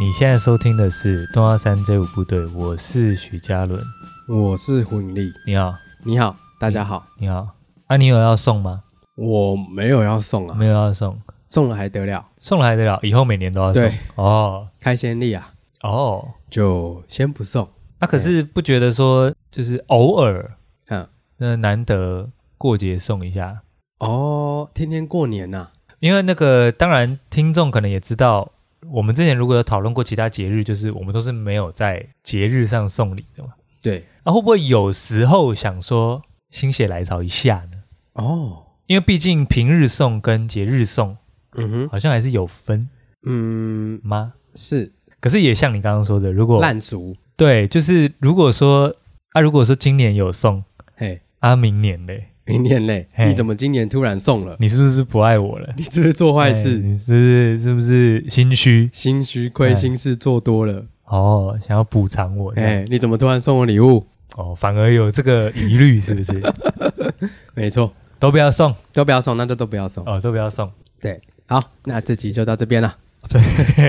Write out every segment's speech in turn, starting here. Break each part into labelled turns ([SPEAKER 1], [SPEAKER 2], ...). [SPEAKER 1] 你现在收听的是《动画三 J 五部队》，我是许嘉伦。
[SPEAKER 2] 我是胡永利，
[SPEAKER 1] 你好，
[SPEAKER 2] 你好，大家好，
[SPEAKER 1] 你好。啊，你有要送吗？
[SPEAKER 2] 我没有要送啊，
[SPEAKER 1] 没有要送，
[SPEAKER 2] 送了还得了？
[SPEAKER 1] 送了还得了？以后每年都要送
[SPEAKER 2] 对，
[SPEAKER 1] 哦
[SPEAKER 2] 开先例啊，
[SPEAKER 1] 哦。
[SPEAKER 2] 就先不送。
[SPEAKER 1] 那、可是不觉得说，就是偶尔，
[SPEAKER 2] 嗯，
[SPEAKER 1] 那难得过节送一下，
[SPEAKER 2] 哦，天天过年呐、
[SPEAKER 1] 因为那个当然听众可能也知道，我们之前如果有讨论过其他节日，就是我们都是没有在节日上送礼的嘛。
[SPEAKER 2] 对，
[SPEAKER 1] 啊，会不会有时候想说心血来潮一下呢？
[SPEAKER 2] 哦，
[SPEAKER 1] 因为毕竟平日送跟节日送
[SPEAKER 2] 嗯哼，
[SPEAKER 1] 好像还是有分
[SPEAKER 2] 嗯，
[SPEAKER 1] 吗？
[SPEAKER 2] 是
[SPEAKER 1] 可是也像你刚刚说的，如果
[SPEAKER 2] 烂俗，
[SPEAKER 1] 对，就是如果说啊，如果说今年有送
[SPEAKER 2] 嘿，
[SPEAKER 1] 啊，明年嘞，
[SPEAKER 2] 明年嘞，
[SPEAKER 1] 嘿
[SPEAKER 2] 你怎么今年突然送了？
[SPEAKER 1] 你是不是不爱我了？
[SPEAKER 2] 你是不是做坏
[SPEAKER 1] 哎
[SPEAKER 2] 事？
[SPEAKER 1] 你是不是是不是心虚？
[SPEAKER 2] 心虚亏
[SPEAKER 1] 哎
[SPEAKER 2] 心事做多了，
[SPEAKER 1] 哦，想要补偿我这样？
[SPEAKER 2] 哎，你怎么突然送我礼物？
[SPEAKER 1] 哦，反而有这个疑虑，是不 是？
[SPEAKER 2] 没错，
[SPEAKER 1] 都不要送
[SPEAKER 2] 都不要送，那就都不要送。
[SPEAKER 1] 哦，都不要送，
[SPEAKER 2] 对，好，那这集就到这边了。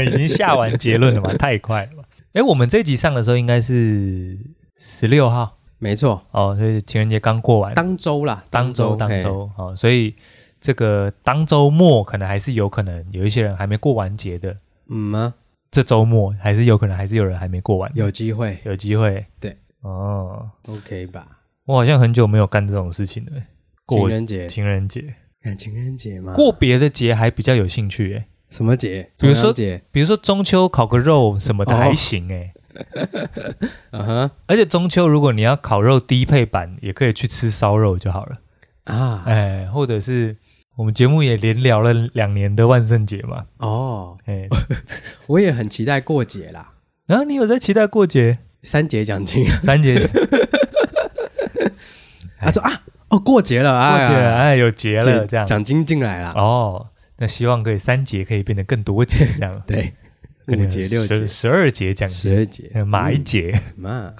[SPEAKER 1] 已经下完结论 了嘛，太快了嘛。哎，我们这一集上的时候应该是十六号
[SPEAKER 2] 没错，
[SPEAKER 1] 哦，所以情人节刚过完，
[SPEAKER 2] 当周啦，
[SPEAKER 1] 当周当
[SPEAKER 2] 嘿
[SPEAKER 1] 周哦，所以这个当周末可能还是有可能有一些人还没过完节的，
[SPEAKER 2] 嗯啊，
[SPEAKER 1] 这周末还是有可能还是有人还没过完，
[SPEAKER 2] 有机会
[SPEAKER 1] 有机会
[SPEAKER 2] 对
[SPEAKER 1] 哦。
[SPEAKER 2] ，OK 吧？
[SPEAKER 1] 我好像很久没有干这种事情了，过
[SPEAKER 2] 情人节，
[SPEAKER 1] 情人节
[SPEAKER 2] 看情人节嘛，
[SPEAKER 1] 过别的节还比较有兴趣哎。
[SPEAKER 2] 什么节？
[SPEAKER 1] 比如说
[SPEAKER 2] 重阳节，
[SPEAKER 1] 比如说中秋烤个肉什么的
[SPEAKER 2] 哦
[SPEAKER 1] 还行哎、
[SPEAKER 2] 嗯哼
[SPEAKER 1] 而且中秋如果你要烤肉低配版，也可以去吃烧肉就好了，
[SPEAKER 2] 啊，
[SPEAKER 1] 哎、或者是我们节目也连聊了两年的万圣节嘛，
[SPEAKER 2] 哦，
[SPEAKER 1] 哎、
[SPEAKER 2] 我也很期待过节啦，
[SPEAKER 1] 然啊后你有在期待过节
[SPEAKER 2] 三节奖 金。
[SPEAKER 1] 三节过
[SPEAKER 2] 他说啊，哦，过节了啊，
[SPEAKER 1] 节了，哎，有节了
[SPEAKER 2] 这
[SPEAKER 1] 这样
[SPEAKER 2] 奖金进来了，，
[SPEAKER 1] 哦，那希望可以三节可以变得更多节这样
[SPEAKER 2] 对，
[SPEAKER 1] 可能
[SPEAKER 2] 五
[SPEAKER 1] 有
[SPEAKER 2] 节六
[SPEAKER 1] 十
[SPEAKER 2] 节
[SPEAKER 1] 十二节奖
[SPEAKER 2] 十
[SPEAKER 1] 金，
[SPEAKER 2] 二节
[SPEAKER 1] 呃，马一节、
[SPEAKER 2] 嗯嘛，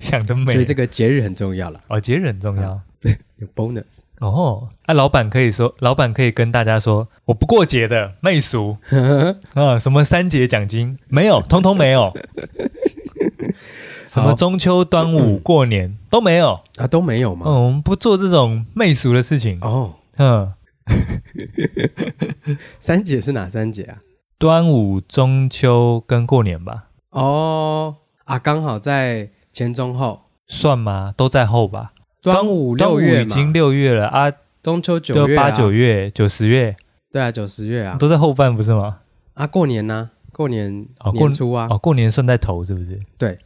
[SPEAKER 1] 想得美，
[SPEAKER 2] 所以这个节日很重要了，
[SPEAKER 1] 哦节日很重要。
[SPEAKER 2] 有 bonus，
[SPEAKER 1] 哦，啊，老板可以说，老板可以跟大家说，我不过节的，媚俗啊，什么三节奖金没有，通通没 有，什么中秋、端午、
[SPEAKER 2] 嗯
[SPEAKER 1] 过年都没有，
[SPEAKER 2] 啊都没有吗？
[SPEAKER 1] 嗯，我们不做这种媚俗的事情，
[SPEAKER 2] 哦，
[SPEAKER 1] 嗯，
[SPEAKER 2] 三节是哪三节啊？
[SPEAKER 1] 端午、中秋跟过年吧，
[SPEAKER 2] 哦啊，刚好在前中后，
[SPEAKER 1] 算吗？都在后吧，
[SPEAKER 2] 端午
[SPEAKER 1] 端
[SPEAKER 2] 六
[SPEAKER 1] 午
[SPEAKER 2] 月
[SPEAKER 1] 已
[SPEAKER 2] 嘛，
[SPEAKER 1] 经六月了啊，
[SPEAKER 2] 中秋九
[SPEAKER 1] 就
[SPEAKER 2] 月
[SPEAKER 1] 八
[SPEAKER 2] 啊
[SPEAKER 1] 九月、九十月
[SPEAKER 2] 对啊，九十月啊，
[SPEAKER 1] 都在后半不是吗？
[SPEAKER 2] 啊，过年呢、过年、
[SPEAKER 1] 哦过
[SPEAKER 2] 年初啊，
[SPEAKER 1] 哦，过年算在头是不是？
[SPEAKER 2] 对，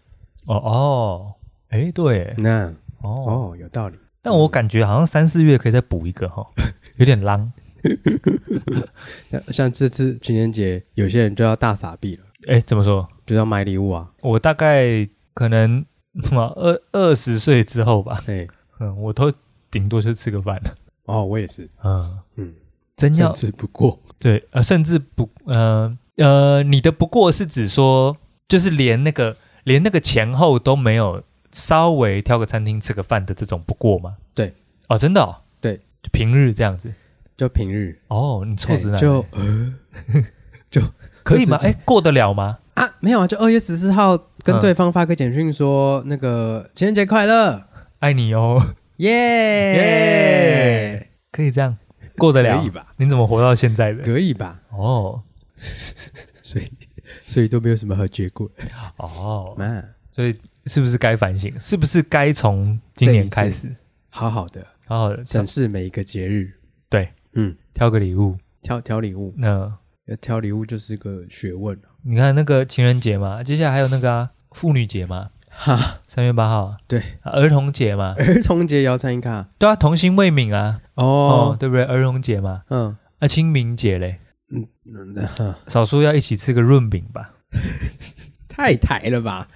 [SPEAKER 1] 哦哦，哎对，
[SPEAKER 2] 那
[SPEAKER 1] 哦。
[SPEAKER 2] 嗯哦，有道理，
[SPEAKER 1] 但我感觉好像三四月可以再补一个哈、 有点浪。
[SPEAKER 2] 那像这次情人节，有些人就要大傻逼了，
[SPEAKER 1] 哎，怎么说？
[SPEAKER 2] 就要买礼物啊，
[SPEAKER 1] 我大概可能 什么二二十岁之后吧，
[SPEAKER 2] 哎，
[SPEAKER 1] 嗯，我都顶多就吃个饭了。
[SPEAKER 2] 哦，我也是，
[SPEAKER 1] 嗯
[SPEAKER 2] 嗯，
[SPEAKER 1] 真
[SPEAKER 2] 甚
[SPEAKER 1] 要
[SPEAKER 2] 至不过，
[SPEAKER 1] 对呃，甚至不呃呃，你的不过是指说，就是连那个连那个前后都没有稍微挑个餐厅吃个饭的这种不过吗？
[SPEAKER 2] 对，
[SPEAKER 1] 哦，真的、哦，
[SPEAKER 2] 对，
[SPEAKER 1] 就平日这样子。
[SPEAKER 2] 就平日，
[SPEAKER 1] 哦，你臭
[SPEAKER 2] 哎
[SPEAKER 1] 直男，
[SPEAKER 2] 就呃就
[SPEAKER 1] 可以吗？
[SPEAKER 2] 就
[SPEAKER 1] 哎
[SPEAKER 2] 直接，
[SPEAKER 1] 过得了吗？
[SPEAKER 2] 啊，没有啊，就二月十四号跟
[SPEAKER 1] 嗯
[SPEAKER 2] 对方发个简讯说、那个情人节快乐，
[SPEAKER 1] 爱你哦。
[SPEAKER 2] 耶
[SPEAKER 1] 耶可以这样过得了？
[SPEAKER 2] 可以吧？
[SPEAKER 1] 你怎么活到现在的？
[SPEAKER 2] 可以吧？
[SPEAKER 1] 哦
[SPEAKER 2] 所以所以都没有什么好结果，
[SPEAKER 1] 哦，
[SPEAKER 2] 嘛，
[SPEAKER 1] 所以是不是该反省？是不是该从今年开始
[SPEAKER 2] 好好的
[SPEAKER 1] 好好的
[SPEAKER 2] 审视每一个节日，
[SPEAKER 1] 对，
[SPEAKER 2] 嗯。
[SPEAKER 1] 挑个礼物？
[SPEAKER 2] 挑挑礼物，
[SPEAKER 1] 那
[SPEAKER 2] 要挑礼物就是个学问啊
[SPEAKER 1] 你看那个情人节嘛，接下来还有那个啊妇女节嘛，
[SPEAKER 2] 哈，
[SPEAKER 1] 三月八号啊，
[SPEAKER 2] 对，
[SPEAKER 1] 啊儿童节嘛，
[SPEAKER 2] 儿童节也要参加
[SPEAKER 1] 对啊，童心未泯啊，哦
[SPEAKER 2] 哦，，
[SPEAKER 1] 对不对？儿童节嘛，
[SPEAKER 2] 嗯
[SPEAKER 1] 啊清明节嘞，
[SPEAKER 2] 嗯，哈
[SPEAKER 1] 少数要一起吃个润饼吧，
[SPEAKER 2] 太抬了 吧？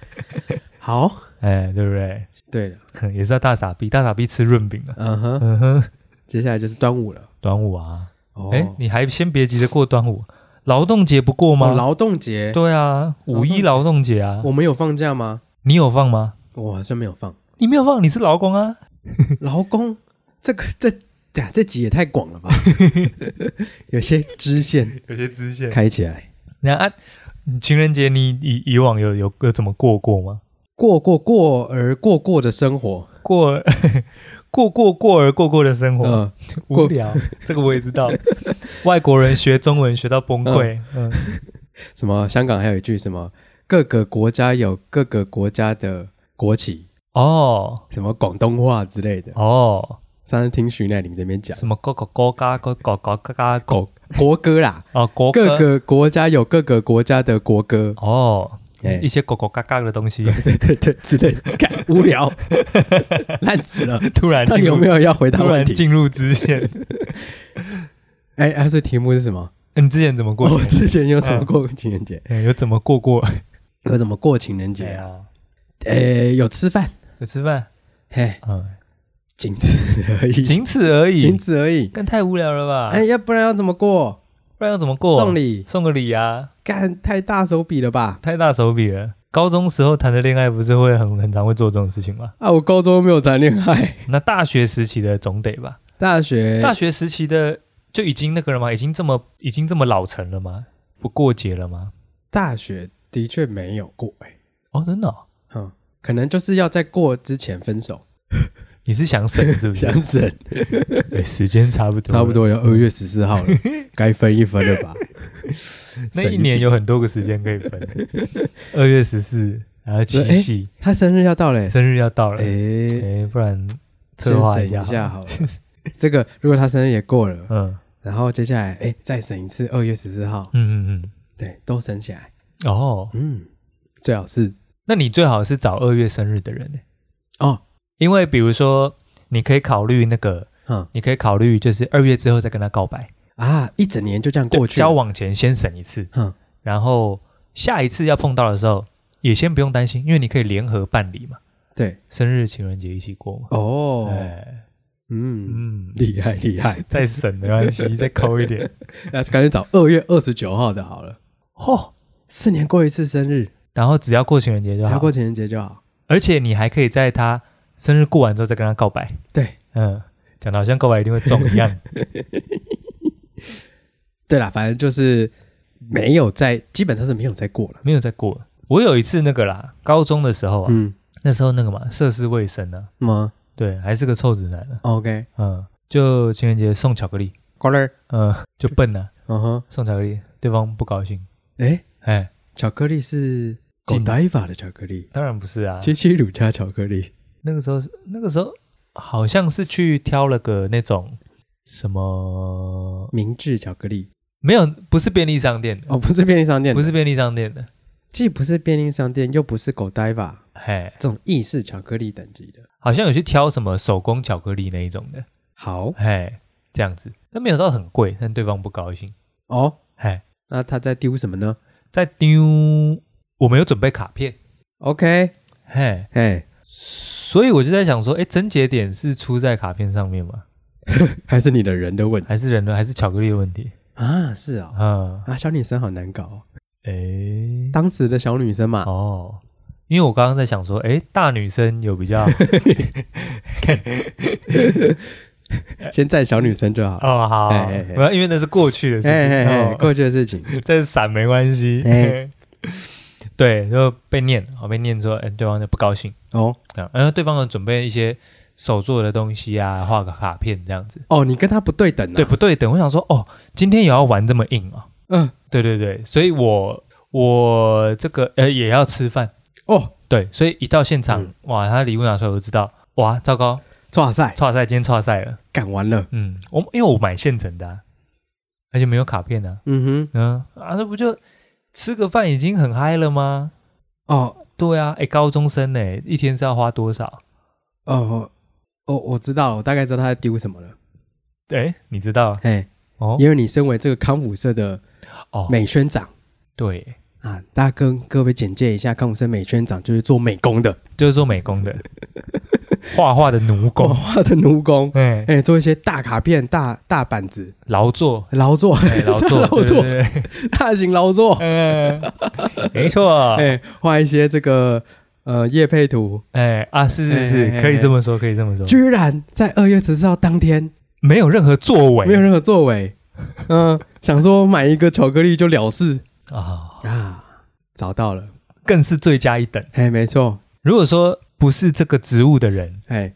[SPEAKER 2] 好，
[SPEAKER 1] 哎，对不对？
[SPEAKER 2] 对了，
[SPEAKER 1] 哼也是要大傻逼，大傻逼吃润饼啊，
[SPEAKER 2] 嗯哼，
[SPEAKER 1] 嗯哼，
[SPEAKER 2] 接下来就是端午了
[SPEAKER 1] 端午啊，
[SPEAKER 2] 哦，
[SPEAKER 1] 哎，你还先别急着过端午，劳动节不过吗？
[SPEAKER 2] 哦劳动节，
[SPEAKER 1] 对啊，五一劳动节啊，
[SPEAKER 2] 我们有放假吗？
[SPEAKER 1] 你有放吗？
[SPEAKER 2] 我好像没有放，
[SPEAKER 1] 你没有放，你是劳工啊。
[SPEAKER 2] 劳工这个这呀这集也太广 了吧？有些支线
[SPEAKER 1] 有些支线
[SPEAKER 2] 开起来，
[SPEAKER 1] 那啊，情人节你以以往有有有怎么过过吗？
[SPEAKER 2] 过过过而过过的生活，
[SPEAKER 1] 过 过过过而过过的生活，
[SPEAKER 2] 嗯，过
[SPEAKER 1] 无聊，这个我也知道。 外国人学中文学到崩溃，嗯，
[SPEAKER 2] 什么香港还有一句什么各个国家有各个国家的国旗，
[SPEAKER 1] 哦
[SPEAKER 2] 什么广东话之类的。
[SPEAKER 1] 哦，
[SPEAKER 2] 上次听徐乃麟这边讲，
[SPEAKER 1] 什么各个国家各个国家各
[SPEAKER 2] 国国歌啦，
[SPEAKER 1] 哦国歌
[SPEAKER 2] 各个国家有各个国家的国歌，
[SPEAKER 1] 哦，
[SPEAKER 2] 哎
[SPEAKER 1] 一些狗狗嘎嘎的东西，
[SPEAKER 2] 对对对，之类的， 干无聊，烂死了。
[SPEAKER 1] 突然
[SPEAKER 2] 到底
[SPEAKER 1] 进
[SPEAKER 2] 有
[SPEAKER 1] 入
[SPEAKER 2] 没有要回答
[SPEAKER 1] 突
[SPEAKER 2] 问
[SPEAKER 1] 然
[SPEAKER 2] 题？
[SPEAKER 1] 进入支 线。
[SPEAKER 2] 哎，啊，所以题目是什么？
[SPEAKER 1] 哎你之前怎么过
[SPEAKER 2] 我
[SPEAKER 1] 年？
[SPEAKER 2] 之前有怎么过情人节？
[SPEAKER 1] 哎有怎么过过？
[SPEAKER 2] 嗯有怎么过情人节
[SPEAKER 1] 哎
[SPEAKER 2] 啊？
[SPEAKER 1] 呀，
[SPEAKER 2] 哎，有吃饭，
[SPEAKER 1] 有吃饭？
[SPEAKER 2] 嘿，
[SPEAKER 1] 嗯，
[SPEAKER 2] 仅此而已，
[SPEAKER 1] 仅此而
[SPEAKER 2] 仅
[SPEAKER 1] 已，
[SPEAKER 2] 此而已。
[SPEAKER 1] 但太无聊了吧？
[SPEAKER 2] 哎，要不然要怎么过？
[SPEAKER 1] 不然要怎么过？
[SPEAKER 2] 送礼，
[SPEAKER 1] 送个礼啊，
[SPEAKER 2] 干太大手笔了吧？
[SPEAKER 1] 太大手笔了。高中时候谈的恋爱不是会很很常会做这种事情吗？
[SPEAKER 2] 啊，我高中没有谈恋爱，
[SPEAKER 1] 那大学时期的总得吧？
[SPEAKER 2] 大学
[SPEAKER 1] 大学时期的就已经那个了吗？已经这么已经这么老成了吗？不过节了吗？
[SPEAKER 2] 大学的确没有过，哎，
[SPEAKER 1] 哦，真的哦、
[SPEAKER 2] 嗯，可能就是要在过之前分手，
[SPEAKER 1] 你是想省是不是？
[SPEAKER 2] 想省。
[SPEAKER 1] 哎时间差不多，
[SPEAKER 2] 差不。多要二月十 四号了，该分一分了吧？
[SPEAKER 1] 那
[SPEAKER 2] 省
[SPEAKER 1] 一
[SPEAKER 2] 一
[SPEAKER 1] 年
[SPEAKER 2] 笔
[SPEAKER 1] 有很多个时间可以分，二月十四，然后七
[SPEAKER 2] 哎
[SPEAKER 1] 夕，
[SPEAKER 2] 他生日要到嘞，
[SPEAKER 1] 生日要到了，哎、
[SPEAKER 2] 哎，
[SPEAKER 1] 不然策
[SPEAKER 2] 先
[SPEAKER 1] 划
[SPEAKER 2] 省
[SPEAKER 1] 下好
[SPEAKER 2] 下
[SPEAKER 1] 了，
[SPEAKER 2] 好了。 这个如果他生日也过了，
[SPEAKER 1] 嗯
[SPEAKER 2] 然后接下来哎再省一次二月十四号，
[SPEAKER 1] 嗯嗯
[SPEAKER 2] 对，都省起来。
[SPEAKER 1] 嗯，哦，
[SPEAKER 2] 嗯，最好是
[SPEAKER 1] 那你最好是找二月生日的人、欸，
[SPEAKER 2] 哦，
[SPEAKER 1] 因为比如说你可以考虑那个，
[SPEAKER 2] 嗯
[SPEAKER 1] 你可以考虑就是二月之后再跟他告白，
[SPEAKER 2] 啊，一整年就这样
[SPEAKER 1] 对
[SPEAKER 2] 过去了。
[SPEAKER 1] 交往前先省一次，
[SPEAKER 2] 嗯
[SPEAKER 1] 然后下一次要碰到的时候也先不用担心，因为你可以联合办理嘛，
[SPEAKER 2] 对
[SPEAKER 1] 生日、情人节一起过嘛。
[SPEAKER 2] 哦，
[SPEAKER 1] 哎，
[SPEAKER 2] 嗯，
[SPEAKER 1] 嗯，
[SPEAKER 2] 厉害厉害，
[SPEAKER 1] 再省没关系，再抠一 点。
[SPEAKER 2] 那赶紧找二月二十九号的好了。
[SPEAKER 1] 哦，
[SPEAKER 2] 四年过一次生日，
[SPEAKER 1] 然后只要过情人节
[SPEAKER 2] 只
[SPEAKER 1] 就
[SPEAKER 2] 要
[SPEAKER 1] 好
[SPEAKER 2] 过，情人节就好。
[SPEAKER 1] 而且你还可以在他生日过完之后再跟他告白。
[SPEAKER 2] 对
[SPEAKER 1] 嗯，讲的好像告白一定会中一样。
[SPEAKER 2] 对啦，反正就是没有在，基本上是没有再过了。
[SPEAKER 1] 没有再过了。我有一次那个啦，高中的时候啊，
[SPEAKER 2] 嗯，
[SPEAKER 1] 那时候那个嘛，涉世未深啊，
[SPEAKER 2] 吗
[SPEAKER 1] 对，还是个臭直男啊，
[SPEAKER 2] ？OK，
[SPEAKER 1] 嗯，就情人节送巧克力，
[SPEAKER 2] 过来，
[SPEAKER 1] 嗯，就笨啊，
[SPEAKER 2] 嗯哼，
[SPEAKER 1] 送巧克力，对方不高兴，
[SPEAKER 2] 哎，
[SPEAKER 1] 哎，
[SPEAKER 2] 巧克力是狗
[SPEAKER 1] 进
[SPEAKER 2] 呆法的巧克力，
[SPEAKER 1] 当然不是啊，
[SPEAKER 2] 七七乳加巧克力，
[SPEAKER 1] 那个时候是那个时候好像是去挑了个那种什么，
[SPEAKER 2] 明治巧克力。
[SPEAKER 1] 没有，不是便利商店的，
[SPEAKER 2] 哦，不是便利商店，
[SPEAKER 1] 不是，便利商店的，
[SPEAKER 2] 既不是便利商店，又不是狗呆法
[SPEAKER 1] 哎，
[SPEAKER 2] 这种意式巧克力等级的。
[SPEAKER 1] 好像有去挑什么手工巧克力那一种的，
[SPEAKER 2] 好
[SPEAKER 1] 哎，这样子，但没有到很贵，但对方不高兴，
[SPEAKER 2] 哦，
[SPEAKER 1] 哎。
[SPEAKER 2] 那他在丢什么呢
[SPEAKER 1] 在丢，我没有准备卡片，
[SPEAKER 2] ？OK，
[SPEAKER 1] 嘿，
[SPEAKER 2] 哎，
[SPEAKER 1] 所以我就在想说，哎，症结点是出在卡片上面吗？
[SPEAKER 2] 还是你的人的问题
[SPEAKER 1] 还是人呢？还是巧克力的问题？
[SPEAKER 2] 啊？是哦，
[SPEAKER 1] 啊，
[SPEAKER 2] 啊，小女生好难搞哦，
[SPEAKER 1] 哎，
[SPEAKER 2] 当时的小女生嘛，
[SPEAKER 1] 哦，因为我刚刚在想说，哎，大女生有比较，
[SPEAKER 2] 先赞小女生就好。
[SPEAKER 1] 哦，好，
[SPEAKER 2] 哎哎 哎
[SPEAKER 1] 没有，因为那是过去的事
[SPEAKER 2] 哎哎哎，
[SPEAKER 1] 情，哦
[SPEAKER 2] 过去的事情，
[SPEAKER 1] 这闪没关系
[SPEAKER 2] 哎。
[SPEAKER 1] 对，就被念，我被念说，哎，对方就不高兴，
[SPEAKER 2] 哦
[SPEAKER 1] 这样，然后对方有准备一些手做的东西啊，画个卡片这样子。
[SPEAKER 2] 哦，你跟他不对等啊？
[SPEAKER 1] 对不对等？我想说，哦，今天也要玩这么硬啊？
[SPEAKER 2] 嗯，
[SPEAKER 1] 对对对，所以我我这个呃也要吃饭，
[SPEAKER 2] 哦，
[SPEAKER 1] 对，所以一到现场，
[SPEAKER 2] 嗯
[SPEAKER 1] 哇，他礼物拿出来我就知道，哇，糟糕，
[SPEAKER 2] 哇塞，
[SPEAKER 1] 差赛，今天差赛了，
[SPEAKER 2] 干完了，
[SPEAKER 1] 嗯，我因为我买现成的啊、而且没有卡片啊，
[SPEAKER 2] 嗯哼，
[SPEAKER 1] 嗯啊，那不就吃个饭已经很嗨了吗？
[SPEAKER 2] 哦，
[SPEAKER 1] 对啊，哎，高中生呢，一天是要花多少？
[SPEAKER 2] 哦，哦，我知道了，我大概知道他在丢什么了。
[SPEAKER 1] 哎，你知道
[SPEAKER 2] 哎，
[SPEAKER 1] 哦？
[SPEAKER 2] 因为你身为这个康复社的
[SPEAKER 1] 哦，
[SPEAKER 2] 美宣长、
[SPEAKER 1] 对，
[SPEAKER 2] 啊，大家跟各位简介一下，康复社美宣长就是做美工的，
[SPEAKER 1] 就是做美工的，画画的奴
[SPEAKER 2] 国
[SPEAKER 1] 工，
[SPEAKER 2] 画的奴工，
[SPEAKER 1] 哎，
[SPEAKER 2] 哎，做一些大卡片、大大板子、
[SPEAKER 1] 劳作，
[SPEAKER 2] 劳作、
[SPEAKER 1] 哎，劳作，
[SPEAKER 2] 劳作
[SPEAKER 1] 对对对
[SPEAKER 2] 大型劳作，
[SPEAKER 1] 嗯， 没错，哎、
[SPEAKER 2] 哎，画一些这个呃叶配图，
[SPEAKER 1] 啊，是是是，
[SPEAKER 2] 哎哎哎
[SPEAKER 1] 可以这么说，可以这么说，
[SPEAKER 2] 居然在二月十四号当天
[SPEAKER 1] 没有任何作为，
[SPEAKER 2] 没有 任何作为，嗯，想说买一个巧克力就了事
[SPEAKER 1] 啊、
[SPEAKER 2] 啊，找到了，
[SPEAKER 1] 更是罪加一等。
[SPEAKER 2] 嘿，没错，
[SPEAKER 1] 如果说不是这个职务的人，
[SPEAKER 2] 哎，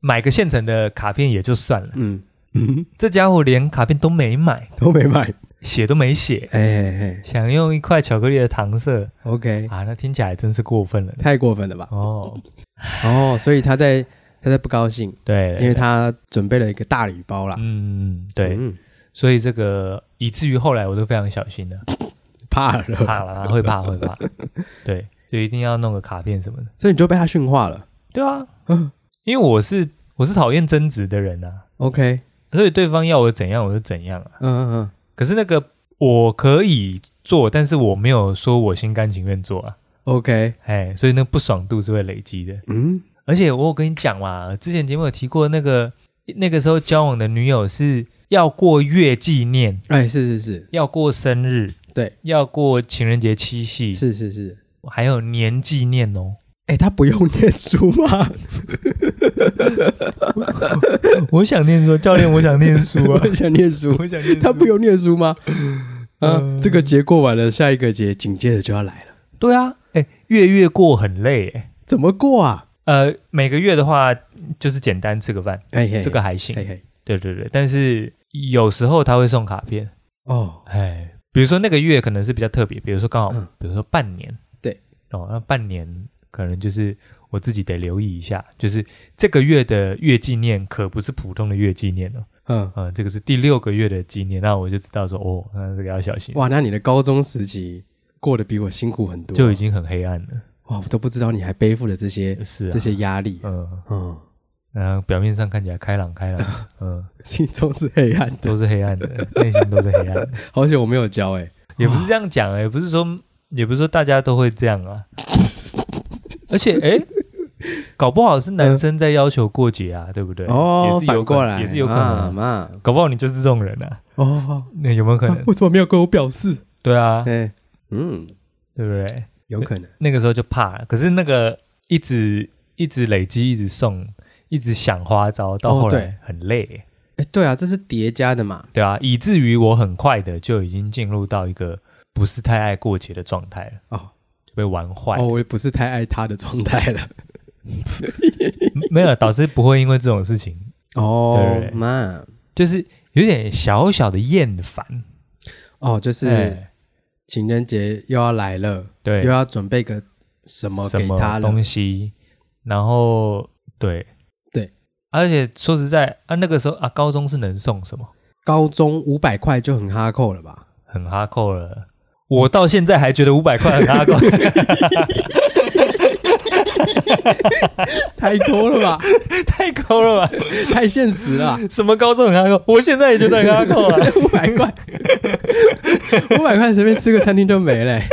[SPEAKER 1] 买个现成的卡片也就算了，
[SPEAKER 2] 嗯嗯，
[SPEAKER 1] 这家伙连卡片都没买，
[SPEAKER 2] 都没买，
[SPEAKER 1] 写都没写，
[SPEAKER 2] 哎哎哎
[SPEAKER 1] 想用一块巧克力的搪塞
[SPEAKER 2] ，OK，
[SPEAKER 1] 啊，那听起来真是过分了。
[SPEAKER 2] 太过分了吧？
[SPEAKER 1] 哦，
[SPEAKER 2] 哦，所以他在他在不高兴，
[SPEAKER 1] 对，
[SPEAKER 2] 因为他准备了一个大礼包啦。
[SPEAKER 1] 嗯，对，
[SPEAKER 2] 嗯，
[SPEAKER 1] 所以这个以至于后来我都非常小心的，
[SPEAKER 2] 怕了，
[SPEAKER 1] 怕了，会怕会 怕，对，就一定要弄个卡片什么的。
[SPEAKER 2] 所以你就被他驯化了。
[SPEAKER 1] 对啊，
[SPEAKER 2] 嗯
[SPEAKER 1] 因为我是我是讨厌争执的人啊，
[SPEAKER 2] OK，
[SPEAKER 1] 所以对方要我怎样我就怎样啊。
[SPEAKER 2] 嗯嗯嗯，
[SPEAKER 1] 可是那个我可以做，但是我没有说我心甘情愿做啊，
[SPEAKER 2] OK，
[SPEAKER 1] 哎，所以那不爽度是会累积的。
[SPEAKER 2] 嗯，
[SPEAKER 1] 而且我有跟你讲嘛，之前节目有提过，那个那个时候交往的女友是要过月纪念，
[SPEAKER 2] 哎，是是是，
[SPEAKER 1] 要过生日，
[SPEAKER 2] 对，
[SPEAKER 1] 要过情人节七夕，
[SPEAKER 2] 是是是，
[SPEAKER 1] 还有年纪念哦。
[SPEAKER 2] 哎，他不用念书吗？
[SPEAKER 1] 我想念书，教练，我想 念书 啊，
[SPEAKER 2] 想 念书，
[SPEAKER 1] 我想念书。
[SPEAKER 2] 他不用念书吗？啊
[SPEAKER 1] 嗯，
[SPEAKER 2] 这个节过完了，下一个节紧接着就要来了，
[SPEAKER 1] 对啊，哎，月月过很累哎。
[SPEAKER 2] 怎么过啊？
[SPEAKER 1] 呃，每个月的话就是简单吃个饭，
[SPEAKER 2] 哎嘿，
[SPEAKER 1] 这个还行。
[SPEAKER 2] 嘿嘿，
[SPEAKER 1] 对对对，但是有时候他会送卡片，
[SPEAKER 2] 哦，
[SPEAKER 1] 哎，比如说那个月可能是比较特别，比如说刚好，
[SPEAKER 2] 嗯
[SPEAKER 1] 比如说半年，
[SPEAKER 2] 对，
[SPEAKER 1] 哦，那半年可能就是我自己得留意一下，就是这个月的月纪念可不是普通的月纪念哦，
[SPEAKER 2] 嗯，
[SPEAKER 1] 嗯、这个是第六个月的纪念，那我就知道说，哦，那这个要小心，
[SPEAKER 2] 哇，那你的高中时期过得比我辛苦很多，啊
[SPEAKER 1] 就已经很黑暗了，
[SPEAKER 2] 哇，我都不知道你还背负了这些
[SPEAKER 1] 是啊，
[SPEAKER 2] 这些，压力，
[SPEAKER 1] 嗯，
[SPEAKER 2] 嗯，
[SPEAKER 1] 然后表面上看起来开朗开 朗，嗯，
[SPEAKER 2] 心中是黑暗的，
[SPEAKER 1] 都是黑暗的， 内心都是黑暗的。
[SPEAKER 2] 好久我没有教哎，
[SPEAKER 1] 也不是这样讲、欸，也不是说，也不是说大家都会这样 啊。而且，哎、搞不好是男生在要求过节啊，对不对？
[SPEAKER 2] 哦
[SPEAKER 1] 也，是有
[SPEAKER 2] 反
[SPEAKER 1] 可
[SPEAKER 2] 过来
[SPEAKER 1] 也是有可能啊、
[SPEAKER 2] 啊嘛，
[SPEAKER 1] 搞不好你就是这种人啊，
[SPEAKER 2] 哦，
[SPEAKER 1] 那有没有可能
[SPEAKER 2] 啊？为什么没有跟我表示？
[SPEAKER 1] 对啊，
[SPEAKER 2] 哎，嗯，
[SPEAKER 1] 对不对？
[SPEAKER 2] 有可能，
[SPEAKER 1] 那个时候就怕了，可是那个一直一直累积，一直送，一直想花招，到
[SPEAKER 2] 哦
[SPEAKER 1] 后
[SPEAKER 2] 对
[SPEAKER 1] 来很累欸、
[SPEAKER 2] 哎，对啊，这是叠加的嘛，
[SPEAKER 1] 对啊，以至于我很快的就已经进入到一个不是太爱过节的状态了，
[SPEAKER 2] 哦
[SPEAKER 1] 就被玩坏了。
[SPEAKER 2] 哦，我也不是太爱他 的状态了，
[SPEAKER 1] 没有，导师不会因为这种事情
[SPEAKER 2] 哦
[SPEAKER 1] 对
[SPEAKER 2] 嘛，
[SPEAKER 1] 就是有点小小的厌烦，
[SPEAKER 2] 哦，就是
[SPEAKER 1] 哎
[SPEAKER 2] 情人节又要来了，
[SPEAKER 1] 对
[SPEAKER 2] 又要准备个什么
[SPEAKER 1] 什
[SPEAKER 2] 给他
[SPEAKER 1] 么
[SPEAKER 2] 了
[SPEAKER 1] 东，西，然后对
[SPEAKER 2] 对，
[SPEAKER 1] 而且说实在啊，那个时候啊，高中是能送什么，
[SPEAKER 2] 高中五百块就很哈扣了吧？
[SPEAKER 1] 很哈扣了。我到现在还觉得五百块很哈 扣，
[SPEAKER 2] 太抠了吧，
[SPEAKER 1] 太抠了吧？
[SPEAKER 2] 太现实了吧，
[SPEAKER 1] 什么高中很哈扣？我现在也觉得很哈扣 啊，
[SPEAKER 2] 五百块，五百块随便吃个餐厅就没了、 欸。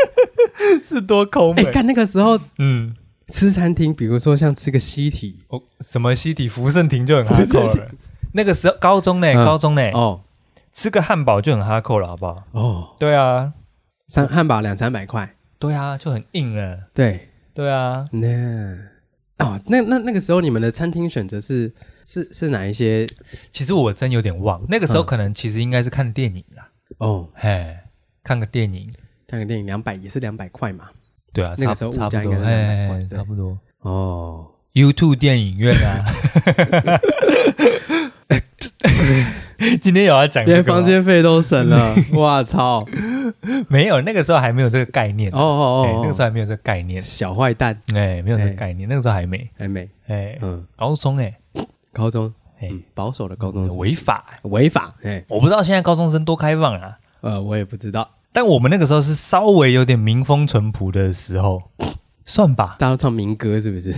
[SPEAKER 1] 是多抠
[SPEAKER 2] 哎、
[SPEAKER 1] 门。
[SPEAKER 2] 看那个时候
[SPEAKER 1] 嗯，
[SPEAKER 2] 吃餐厅，比如说像吃个西体，
[SPEAKER 1] 哦，什么西体福盛庭就 很哈扣
[SPEAKER 2] 福
[SPEAKER 1] 了。那个时候高中呢，
[SPEAKER 2] 嗯
[SPEAKER 1] 高中呢，
[SPEAKER 2] 哦
[SPEAKER 1] 吃个汉堡就很哈扣了，好不好？
[SPEAKER 2] 哦，
[SPEAKER 1] 对啊，
[SPEAKER 2] 三汉堡两三百块，
[SPEAKER 1] 对啊，就很硬了。
[SPEAKER 2] 对，
[SPEAKER 1] 对啊，
[SPEAKER 2] 那哦，那那那个时候你们的餐厅选择是是是哪一些？
[SPEAKER 1] 其实我真有点忘，那个时候
[SPEAKER 2] 嗯
[SPEAKER 1] 可能其实应该是看电影啦，
[SPEAKER 2] 哦，
[SPEAKER 1] 嘿，看个电影，
[SPEAKER 2] 看个电影两百也是两百块嘛。
[SPEAKER 1] 对啊，
[SPEAKER 2] 那个
[SPEAKER 1] 差
[SPEAKER 2] 时候
[SPEAKER 1] 差
[SPEAKER 2] 物
[SPEAKER 1] 不
[SPEAKER 2] 价
[SPEAKER 1] 多，
[SPEAKER 2] 应该是200块
[SPEAKER 1] 嘿
[SPEAKER 2] 对
[SPEAKER 1] 差不多。
[SPEAKER 2] 哦，
[SPEAKER 1] YouTube 电影院啊，今天有要讲这
[SPEAKER 2] 连
[SPEAKER 1] 个吗
[SPEAKER 2] 房间费都省了， 哇操！
[SPEAKER 1] 没有，那个时候还没有这个概念
[SPEAKER 2] 哦哦
[SPEAKER 1] 哎
[SPEAKER 2] 哦，
[SPEAKER 1] 那个时候
[SPEAKER 2] 候
[SPEAKER 1] 还没有这个概念，
[SPEAKER 2] 小坏蛋
[SPEAKER 1] 哎，没有这个概念，那个时候还没，
[SPEAKER 2] 还没，
[SPEAKER 1] 哎，
[SPEAKER 2] 嗯，
[SPEAKER 1] 高中哎，
[SPEAKER 2] 高中，
[SPEAKER 1] 哎，
[SPEAKER 2] 嗯，保守的高中
[SPEAKER 1] 违法，
[SPEAKER 2] 违法，哎，
[SPEAKER 1] 我不知道现在高中生多开放啊，
[SPEAKER 2] 呃，我也不知道，
[SPEAKER 1] 但我们那个时候是稍微有点民风淳朴的时候， 算吧，
[SPEAKER 2] 大家都唱民歌是不是？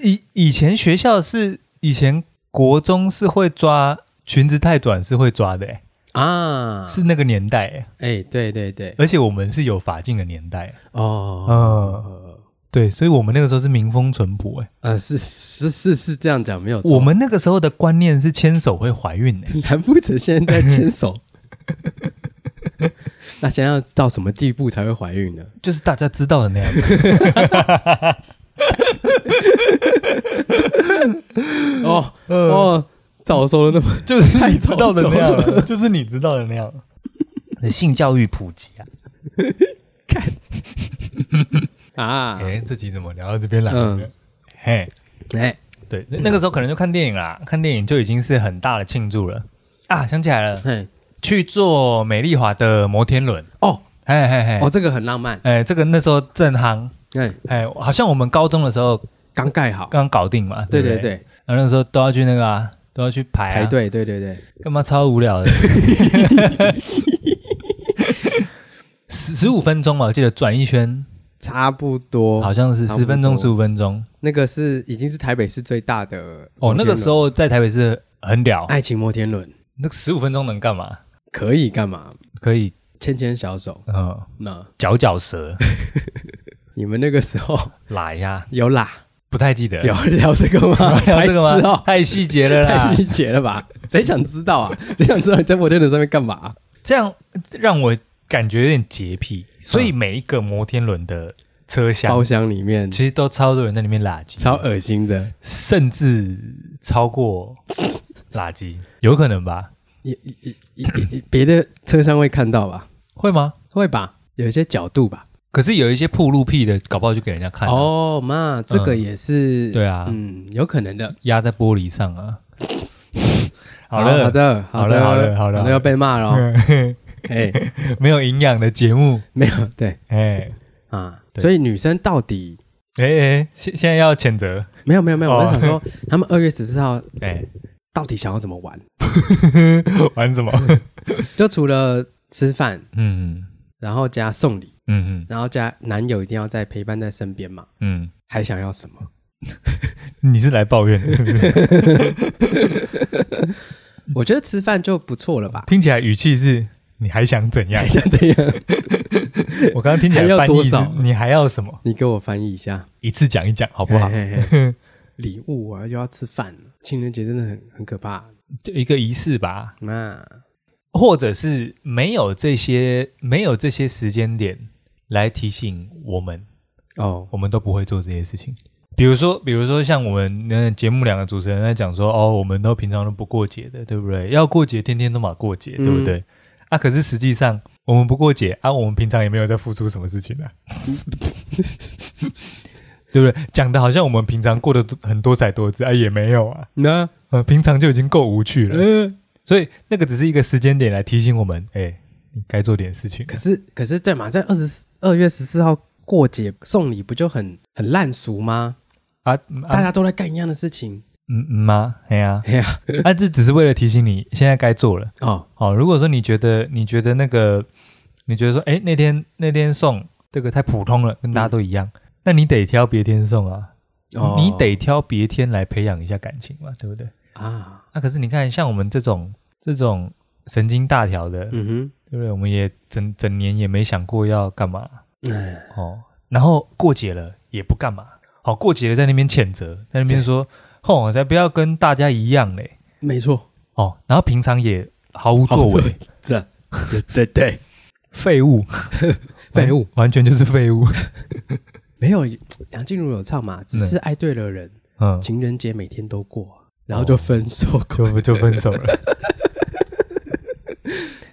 [SPEAKER 1] 以以前学校是以前国中是会抓裙子太短是会抓的、欸，
[SPEAKER 2] 啊，
[SPEAKER 1] 是，那个年代、欸，
[SPEAKER 2] 哎，对对对，
[SPEAKER 1] 而且我们是有法禁的年代，
[SPEAKER 2] 哦，
[SPEAKER 1] 嗯，
[SPEAKER 2] 呃
[SPEAKER 1] 对，所以我们那个时候是民风淳朴、欸，
[SPEAKER 2] 呃，是是是是这样讲没有错，
[SPEAKER 1] 我们那个时候的观念是牵手会怀孕的、欸
[SPEAKER 2] 难不成现在牵手？ 那想要到什么地步才会怀孕呢？
[SPEAKER 1] 就是大家知道的那样子，
[SPEAKER 2] 哦哦，早熟的那 么
[SPEAKER 1] 就是你知
[SPEAKER 2] 早
[SPEAKER 1] 道的那样
[SPEAKER 2] 熟了
[SPEAKER 1] 了，就是你知道的那样了。性教育普及啊，
[SPEAKER 2] 看，啊
[SPEAKER 1] 哎、，这集怎么聊到这边来了？
[SPEAKER 2] 嗯
[SPEAKER 1] 嘿，
[SPEAKER 2] 哎，
[SPEAKER 1] 对，那那个时候可能就看电影啦，看电影就已经是很大的庆祝了啊！想起来了，
[SPEAKER 2] 嘿，
[SPEAKER 1] 去坐美丽华的摩天轮，
[SPEAKER 2] 哦
[SPEAKER 1] 嘿嘿嘿，
[SPEAKER 2] 哦，这个很浪漫，
[SPEAKER 1] 哎、这个那时候正夯，
[SPEAKER 2] 哎，
[SPEAKER 1] 哎、好像我们高中的时候
[SPEAKER 2] 刚盖好，
[SPEAKER 1] 刚搞定嘛，
[SPEAKER 2] 对
[SPEAKER 1] 不
[SPEAKER 2] 对
[SPEAKER 1] 对，
[SPEAKER 2] 对，
[SPEAKER 1] 然后那时候都要去那个啊，都要去排、啊、
[SPEAKER 2] 排，队，对对对，
[SPEAKER 1] 干嘛超无聊的， 十十五分钟吧，我记得转一圈
[SPEAKER 2] 差不多，
[SPEAKER 1] 好像是
[SPEAKER 2] 哦差不
[SPEAKER 1] 十
[SPEAKER 2] 多
[SPEAKER 1] 分钟十五分钟，
[SPEAKER 2] 那个是已经是台北市最大的嗯
[SPEAKER 1] 哦，那个时
[SPEAKER 2] 候
[SPEAKER 1] 候在台北是很屌，
[SPEAKER 2] 爱情摩天轮
[SPEAKER 1] 那十五分钟能干嘛？
[SPEAKER 2] 可以干嘛？
[SPEAKER 1] 可以，
[SPEAKER 2] 牵牵小手，
[SPEAKER 1] 嗯、
[SPEAKER 2] 那
[SPEAKER 1] 嚼嚼 舌，
[SPEAKER 2] 你们那个时候
[SPEAKER 1] 来呀，
[SPEAKER 2] 有啦，
[SPEAKER 1] 不太记得。？
[SPEAKER 2] 聊聊这个吗
[SPEAKER 1] 哎 聊这个
[SPEAKER 2] 白痴
[SPEAKER 1] 吗？
[SPEAKER 2] 哦
[SPEAKER 1] 太细节了啦
[SPEAKER 2] 太！细节了吧？ 谁想知道啊？谁想知道你在摩天轮上面干嘛？
[SPEAKER 1] 这样让我感觉有点洁癖，所
[SPEAKER 2] 嗯
[SPEAKER 1] 以每一个摩天轮的车厢
[SPEAKER 2] 包厢里面
[SPEAKER 1] 其实都超多人在里面拉圾，
[SPEAKER 2] 超恶心的，
[SPEAKER 1] 甚至超过 垃圾，有可能吧？
[SPEAKER 2] 也也也也别的车上会看到吧？
[SPEAKER 1] 会吗？
[SPEAKER 2] 会吧？有一些角度吧？
[SPEAKER 1] 可是有一些铺路屁的，搞不好就给人家看、哦，
[SPEAKER 2] 哦妈，这个也是
[SPEAKER 1] 对啊
[SPEAKER 2] 嗯，有可能的。
[SPEAKER 1] 压在玻璃上 啊。好了，
[SPEAKER 2] 好的，
[SPEAKER 1] 好
[SPEAKER 2] 的，
[SPEAKER 1] 了好了好了
[SPEAKER 2] 好了，要被骂了哦。 哎，
[SPEAKER 1] 没有营养的节目，
[SPEAKER 2] 没有对
[SPEAKER 1] 哎
[SPEAKER 2] 啊，
[SPEAKER 1] 对
[SPEAKER 2] 所以女生到底
[SPEAKER 1] 哎哎，现现在要谴责，
[SPEAKER 2] 没有没有没有，我
[SPEAKER 1] 哦
[SPEAKER 2] 是想说，他们二月十四号
[SPEAKER 1] 哎，
[SPEAKER 2] 到底想要怎么玩？
[SPEAKER 1] 玩什么？
[SPEAKER 2] 就除了吃饭，
[SPEAKER 1] 嗯
[SPEAKER 2] 然后加送礼，
[SPEAKER 1] 嗯嗯
[SPEAKER 2] 然后加男友一定要在陪伴在身边嘛，
[SPEAKER 1] 嗯，
[SPEAKER 2] 还想要什么？
[SPEAKER 1] 你是来抱怨的，是不 是？？
[SPEAKER 2] 我觉得吃饭就不错了吧
[SPEAKER 1] 听起来语气是你还想怎样
[SPEAKER 2] 还？想这样？
[SPEAKER 1] 我刚刚听起来
[SPEAKER 2] 还要
[SPEAKER 1] 翻译
[SPEAKER 2] 多
[SPEAKER 1] 是
[SPEAKER 2] 少
[SPEAKER 1] 你还要什么？
[SPEAKER 2] 你给我翻译一下
[SPEAKER 1] 一次讲一讲好不好？
[SPEAKER 2] 嘿嘿嘿礼物啊，又要吃饭了，情人节真的很很可怕。
[SPEAKER 1] 就一个仪式吧，
[SPEAKER 2] 那
[SPEAKER 1] 或者是没有这些没有这些时间点来提醒我们，
[SPEAKER 2] 哦，
[SPEAKER 1] 我们都不会做这些事情。比如说，比如说像我们呃节目两个主持人在讲说，哦，我们都平常都不过节的，对不对？要过节，天天都嘛过节，对不对？啊，可是实际上我们不过节啊，我们平常也没有在付出什么事情啊，对不对？讲的好像我们平常过得很多彩多姿啊，也没有啊，
[SPEAKER 2] 那
[SPEAKER 1] 呃，平常就已经够无趣了。
[SPEAKER 2] 呃，
[SPEAKER 1] 所以那个只是一个时间点来提醒我们，哎、你该做点事情。
[SPEAKER 2] 可是可是对嘛，在二十二月十四号过节送礼不就很很烂俗吗？
[SPEAKER 1] 啊，嗯
[SPEAKER 2] 大
[SPEAKER 1] 啊
[SPEAKER 2] 家都在干一样的事情。
[SPEAKER 1] 嗯嗯吗？哎呀、
[SPEAKER 2] 哎呀，
[SPEAKER 1] 啊，这只是为了提醒你现在该做了。
[SPEAKER 2] 哦，
[SPEAKER 1] 好、如果说你觉得你觉得那个，你觉得说，哎、那天那天送这个太普通
[SPEAKER 2] 嗯
[SPEAKER 1] 了，跟大家都一样，那你得挑别天送啊，
[SPEAKER 2] 哦
[SPEAKER 1] 你得挑别天来培养一下感情嘛，对不对？
[SPEAKER 2] 啊，
[SPEAKER 1] 啊，可是你看，像我们这种这种神经大条的，
[SPEAKER 2] 嗯
[SPEAKER 1] 对不对？我们也整整年也没想过要干嘛，
[SPEAKER 2] 哼，哎，
[SPEAKER 1] 哦，然后过节了也不干嘛，好、过节了在那边谴责，在那边说，吼、才不要跟大家一样嘞，
[SPEAKER 2] 没错，
[SPEAKER 1] 哦，然后平常也毫无作
[SPEAKER 2] 好
[SPEAKER 1] 为，，
[SPEAKER 2] 这，哦对对对，
[SPEAKER 1] 废 物，嗯
[SPEAKER 2] 废物，
[SPEAKER 1] 完全就是废物，
[SPEAKER 2] 没有梁静茹有唱嘛，只是爱对了人，
[SPEAKER 1] 嗯，
[SPEAKER 2] 情人节每天都过，然后就分手过。
[SPEAKER 1] 就就分手 了，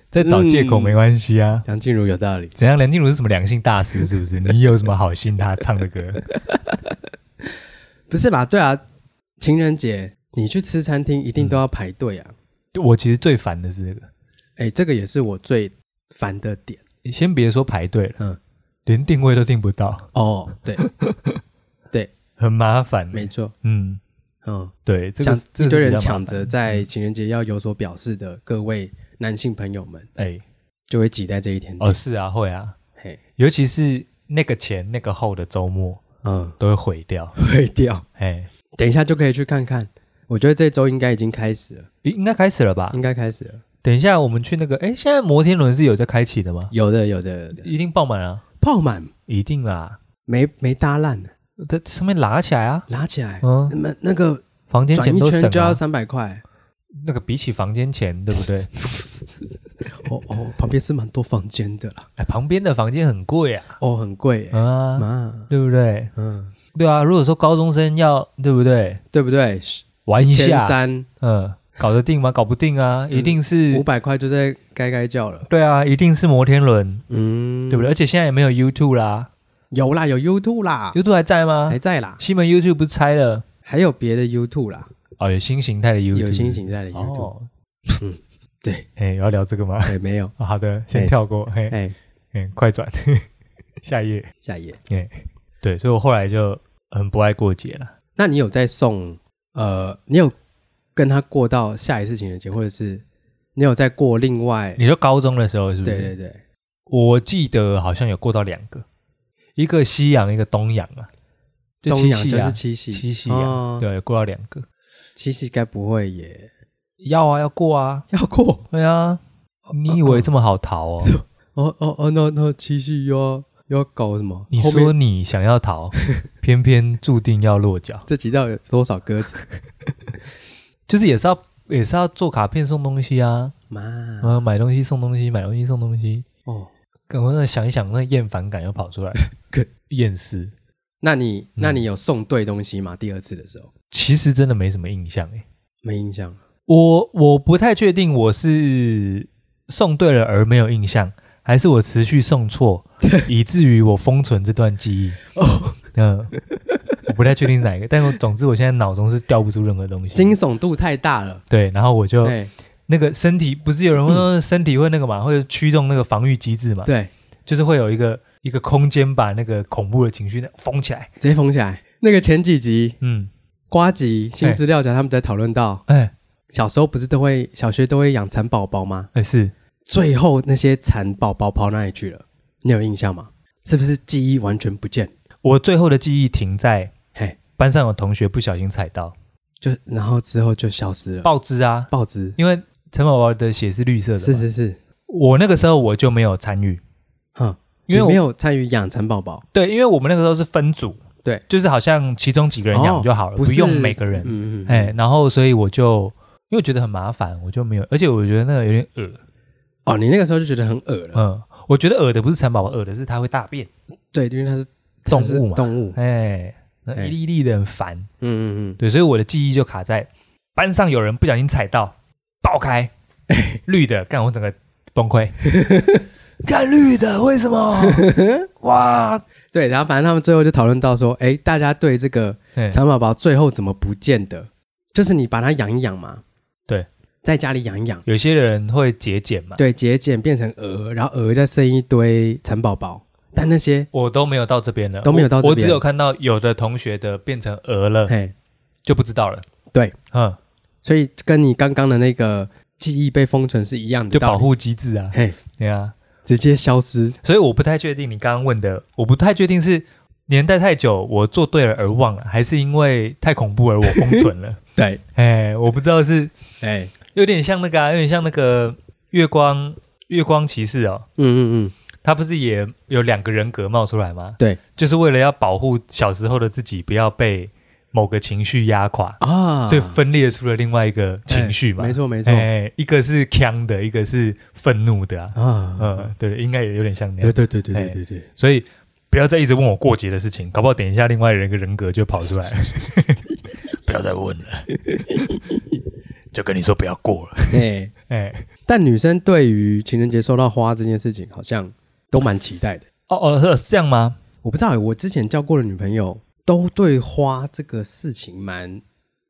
[SPEAKER 1] 再找借口没关系啊。
[SPEAKER 2] 梁静茹有道理，
[SPEAKER 1] 怎样？梁静茹是什么良性大师？是不是？你有什么好信她唱的歌？
[SPEAKER 2] 不是吧？对啊，情人节你去吃餐厅一定都要排队啊，
[SPEAKER 1] 嗯我其实最烦的是这个，
[SPEAKER 2] 哎，这个也是我最烦的点。
[SPEAKER 1] 先别说排队了，
[SPEAKER 2] 嗯，
[SPEAKER 1] 连定位都定不到，
[SPEAKER 2] 哦， 对，
[SPEAKER 1] 很麻烦。
[SPEAKER 2] 没错，
[SPEAKER 1] 嗯，
[SPEAKER 2] 嗯，
[SPEAKER 1] 对，这
[SPEAKER 2] 像
[SPEAKER 1] 个这
[SPEAKER 2] 一
[SPEAKER 1] 个
[SPEAKER 2] 堆
[SPEAKER 1] 是比
[SPEAKER 2] 人
[SPEAKER 1] 较麻烦
[SPEAKER 2] 抢
[SPEAKER 1] 嗯
[SPEAKER 2] 着在情人节要有所表示的各位男性朋友们，
[SPEAKER 1] 哎、
[SPEAKER 2] 就会挤在这一天。
[SPEAKER 1] 哦，是啊，会啊，
[SPEAKER 2] 嘿，
[SPEAKER 1] 尤其是那个前那个后的周末
[SPEAKER 2] 嗯，
[SPEAKER 1] 都会毁掉。
[SPEAKER 2] 会掉。
[SPEAKER 1] 哎，
[SPEAKER 2] 等一下就可以去看看，我觉得这周应该已经开始了，
[SPEAKER 1] 应应该开始了吧？
[SPEAKER 2] 应该开始了。
[SPEAKER 1] 等一下我们去那个，哎，现在摩天轮是有在开启的吗？
[SPEAKER 2] 有的，有的，有的
[SPEAKER 1] 一定爆满啊，
[SPEAKER 2] 泡满
[SPEAKER 1] 一定啦，
[SPEAKER 2] 没没搭烂，
[SPEAKER 1] 在这上面拉起来啊。
[SPEAKER 2] 拿起来，
[SPEAKER 1] 嗯，
[SPEAKER 2] 那么那个
[SPEAKER 1] 房间
[SPEAKER 2] 转
[SPEAKER 1] 钱
[SPEAKER 2] 一
[SPEAKER 1] 都省
[SPEAKER 2] 圈就要
[SPEAKER 1] 啊，
[SPEAKER 2] 三百块。
[SPEAKER 1] 那个比起房间钱，对不 对？
[SPEAKER 2] 哦哦，旁边是蛮多房间的啦，
[SPEAKER 1] 哎，旁边的房间很贵啊，
[SPEAKER 2] 哦，很贵耶，
[SPEAKER 1] 啊，
[SPEAKER 2] 妈，
[SPEAKER 1] 对不对？
[SPEAKER 2] 嗯，
[SPEAKER 1] 对啊，如果说高中生要，对不对？
[SPEAKER 2] 对不对？
[SPEAKER 1] 玩一
[SPEAKER 2] 千
[SPEAKER 1] 下，
[SPEAKER 2] 三嗯
[SPEAKER 1] 嗯，搞得定吗？搞不定啊，一定
[SPEAKER 2] 五
[SPEAKER 1] 是，
[SPEAKER 2] 百块就在该该叫了，
[SPEAKER 1] 对啊，一定是摩天轮，
[SPEAKER 2] 嗯，
[SPEAKER 1] 对不对？而且现在也没有 YouTube 啦，
[SPEAKER 2] 有啦，有 YouTube 啦，
[SPEAKER 1] YouTube 还在吗
[SPEAKER 2] 啊还？在啦，
[SPEAKER 1] 西门 YouTube 不是拆了？
[SPEAKER 2] 还有别的 YouTube 啦，
[SPEAKER 1] 哦，有新形态的 YouTube，
[SPEAKER 2] 有新形态的 YouTube，、
[SPEAKER 1] 哦，
[SPEAKER 2] 对，
[SPEAKER 1] 哎，有要聊这个吗？
[SPEAKER 2] 哎，没有，
[SPEAKER 1] 哦好的，先跳过，嘿，
[SPEAKER 2] 哎，
[SPEAKER 1] 嗯，快转， 下一页。
[SPEAKER 2] 下一页。
[SPEAKER 1] 对，所以我后来就很不爱过节了。
[SPEAKER 2] 那你有在送呃，你有跟他过到下一次情人节，或者是你有在过另外？
[SPEAKER 1] 你说高中的时候是不是？
[SPEAKER 2] 对对对，
[SPEAKER 1] 我记得好像有过到两个，一个西洋，一个东洋啊，就
[SPEAKER 2] 东
[SPEAKER 1] 七
[SPEAKER 2] 阳
[SPEAKER 1] 夕
[SPEAKER 2] 就是
[SPEAKER 1] 啊，
[SPEAKER 2] 七夕，
[SPEAKER 1] 七夕啊，
[SPEAKER 2] 哦
[SPEAKER 1] 对，有过到两个。
[SPEAKER 2] 七夕该不会也
[SPEAKER 1] 要 啊，要过啊，
[SPEAKER 2] 要过？
[SPEAKER 1] 对啊，你以为这么好逃 哦？
[SPEAKER 2] 哦哦哦，那那七夕又要又要搞什么？
[SPEAKER 1] 你
[SPEAKER 2] 后面
[SPEAKER 1] 说你想要 逃，偏偏注定要落脚，
[SPEAKER 2] 这集到底有多少 歌词？
[SPEAKER 1] 就是也是要也是要做卡片送东西啊，
[SPEAKER 2] 妈
[SPEAKER 1] 嗯，买东西送东西，买东西送东西，
[SPEAKER 2] 哦，
[SPEAKER 1] 赶快想一想，那厌烦感又跑出 来
[SPEAKER 2] 可，
[SPEAKER 1] 厌世。
[SPEAKER 2] 那你那
[SPEAKER 1] 嗯
[SPEAKER 2] 你有送对东西吗？第二次的时候
[SPEAKER 1] 其实真的没什么印象欸诶，
[SPEAKER 2] 没印象，
[SPEAKER 1] 我我不太确定我是送对了而没有印象，还是我持续送 错，以至于我封存这段记忆。
[SPEAKER 2] 哦，
[SPEAKER 1] 嗯，我不太确定是哪一个，但我总之我现在脑中是调不出任何东西。
[SPEAKER 2] 惊悚度太大了。哎
[SPEAKER 1] 对，然后我就
[SPEAKER 2] 对嗯
[SPEAKER 1] 那个身体，不是有人会说身体会那个嘛，会驱动那个防御机制嘛，
[SPEAKER 2] 对，
[SPEAKER 1] 就是会有一个一个空间把那个恐怖的情绪封起来。
[SPEAKER 2] 直接封起来。那个前几集
[SPEAKER 1] 嗯，
[SPEAKER 2] 瓜吉新资料夹他们在讨论到，
[SPEAKER 1] 哎、
[SPEAKER 2] 小时候不是都会小学都会养蚕宝宝吗？
[SPEAKER 1] 哎、是
[SPEAKER 2] 最后那些蚕宝宝跑哪里去了？你有印象吗？是不是记忆完全不见？
[SPEAKER 1] 我最后的记忆停在
[SPEAKER 2] 嘿，
[SPEAKER 1] 班上有同学不小心踩到
[SPEAKER 2] 就然后之后就消失了。
[SPEAKER 1] 报纸啊，
[SPEAKER 2] 报纸
[SPEAKER 1] 因为陈宝宝的血是绿色的，
[SPEAKER 2] 是，是是，
[SPEAKER 1] 我那个时候我就没有参与，
[SPEAKER 2] 哼，
[SPEAKER 1] 因为
[SPEAKER 2] 你
[SPEAKER 1] 我
[SPEAKER 2] 没有参与养蚕宝宝，
[SPEAKER 1] 对，因为我们那个时候是分组，
[SPEAKER 2] 对，
[SPEAKER 1] 就是好像其中几个人养就好了，
[SPEAKER 2] 哦不
[SPEAKER 1] 不
[SPEAKER 2] 是
[SPEAKER 1] 用每个人，
[SPEAKER 2] 嗯嗯，
[SPEAKER 1] 哎、
[SPEAKER 2] 哎，
[SPEAKER 1] 然后所以我就因为我觉得很麻烦，我就没有，而且我觉得那个有点恶，
[SPEAKER 2] 哦，你那个时候就觉得很恶了，
[SPEAKER 1] 嗯，我觉得恶的不是蚕宝宝，恶的是它会大便，
[SPEAKER 2] 对，因为它是
[SPEAKER 1] 动物
[SPEAKER 2] 它是
[SPEAKER 1] 嘛
[SPEAKER 2] 动物，
[SPEAKER 1] 哎、那
[SPEAKER 2] 哎
[SPEAKER 1] 一粒一粒的很烦，
[SPEAKER 2] 嗯嗯嗯，
[SPEAKER 1] 对，所以我的记忆就卡在班上有人不小心踩到，爆开， 绿的，干我整个崩溃，干绿的，为什 么？哇，
[SPEAKER 2] 对，然后反正他们最后就讨论到说，哎，大家对这个
[SPEAKER 1] 哎
[SPEAKER 2] 蚕宝宝最后怎么不见的？就是你把它养一养嘛，
[SPEAKER 1] 对，
[SPEAKER 2] 在家里养一养，
[SPEAKER 1] 有些人会节俭嘛，
[SPEAKER 2] 对，节俭变成鹅，然后鹅再生一堆蚕宝宝，但那些
[SPEAKER 1] 我都没有到这边了，
[SPEAKER 2] 都没有到这边
[SPEAKER 1] 我，我只有看到有的同学的变成鹅了，
[SPEAKER 2] 嘿，
[SPEAKER 1] 就不知道了。
[SPEAKER 2] 对，
[SPEAKER 1] 嗯，
[SPEAKER 2] 所以跟你刚刚的那个记忆被封存是一样的
[SPEAKER 1] 就
[SPEAKER 2] 道
[SPEAKER 1] 保
[SPEAKER 2] 理，
[SPEAKER 1] 护机制啊，
[SPEAKER 2] 嘿，
[SPEAKER 1] 对啊，
[SPEAKER 2] 直接消失，
[SPEAKER 1] 所以我不太确定你刚刚问的，我不太确定是年代太久我做对了而忘了，还是因为太恐怖而我封存 了。
[SPEAKER 2] 对，
[SPEAKER 1] 哎，我不知道是
[SPEAKER 2] 哎，
[SPEAKER 1] 有点像那个、啊，有点像那个月光月光骑士哦，
[SPEAKER 2] 嗯嗯嗯，
[SPEAKER 1] 他不是也有两个人格冒出来吗？
[SPEAKER 2] 对，
[SPEAKER 1] 就是为了要保护小时候的自己，不要被某个情绪压垮，
[SPEAKER 2] 啊，
[SPEAKER 1] 所以分裂出了另外一个情绪嘛。
[SPEAKER 2] 哎没错没错，
[SPEAKER 1] 哎、一个是呛的，一个是愤怒的啊。
[SPEAKER 2] 啊，
[SPEAKER 1] 嗯，对，应该也有点像那
[SPEAKER 2] 对
[SPEAKER 1] 样。
[SPEAKER 2] 对对对
[SPEAKER 1] 哎
[SPEAKER 2] 对对对，
[SPEAKER 1] 所以不要再一直问我过节的事情，搞不好等一下另外人一个人格就跑出 来。不要再问了，就跟你说不要过了。
[SPEAKER 2] 哎，
[SPEAKER 1] 哎，
[SPEAKER 2] 但女生对于情人节收到花这件事情，好像都蛮期待的。
[SPEAKER 1] 哦哦，是这样吗？
[SPEAKER 2] 我不知道，欸我之前交过的女朋友都对花这个事情蛮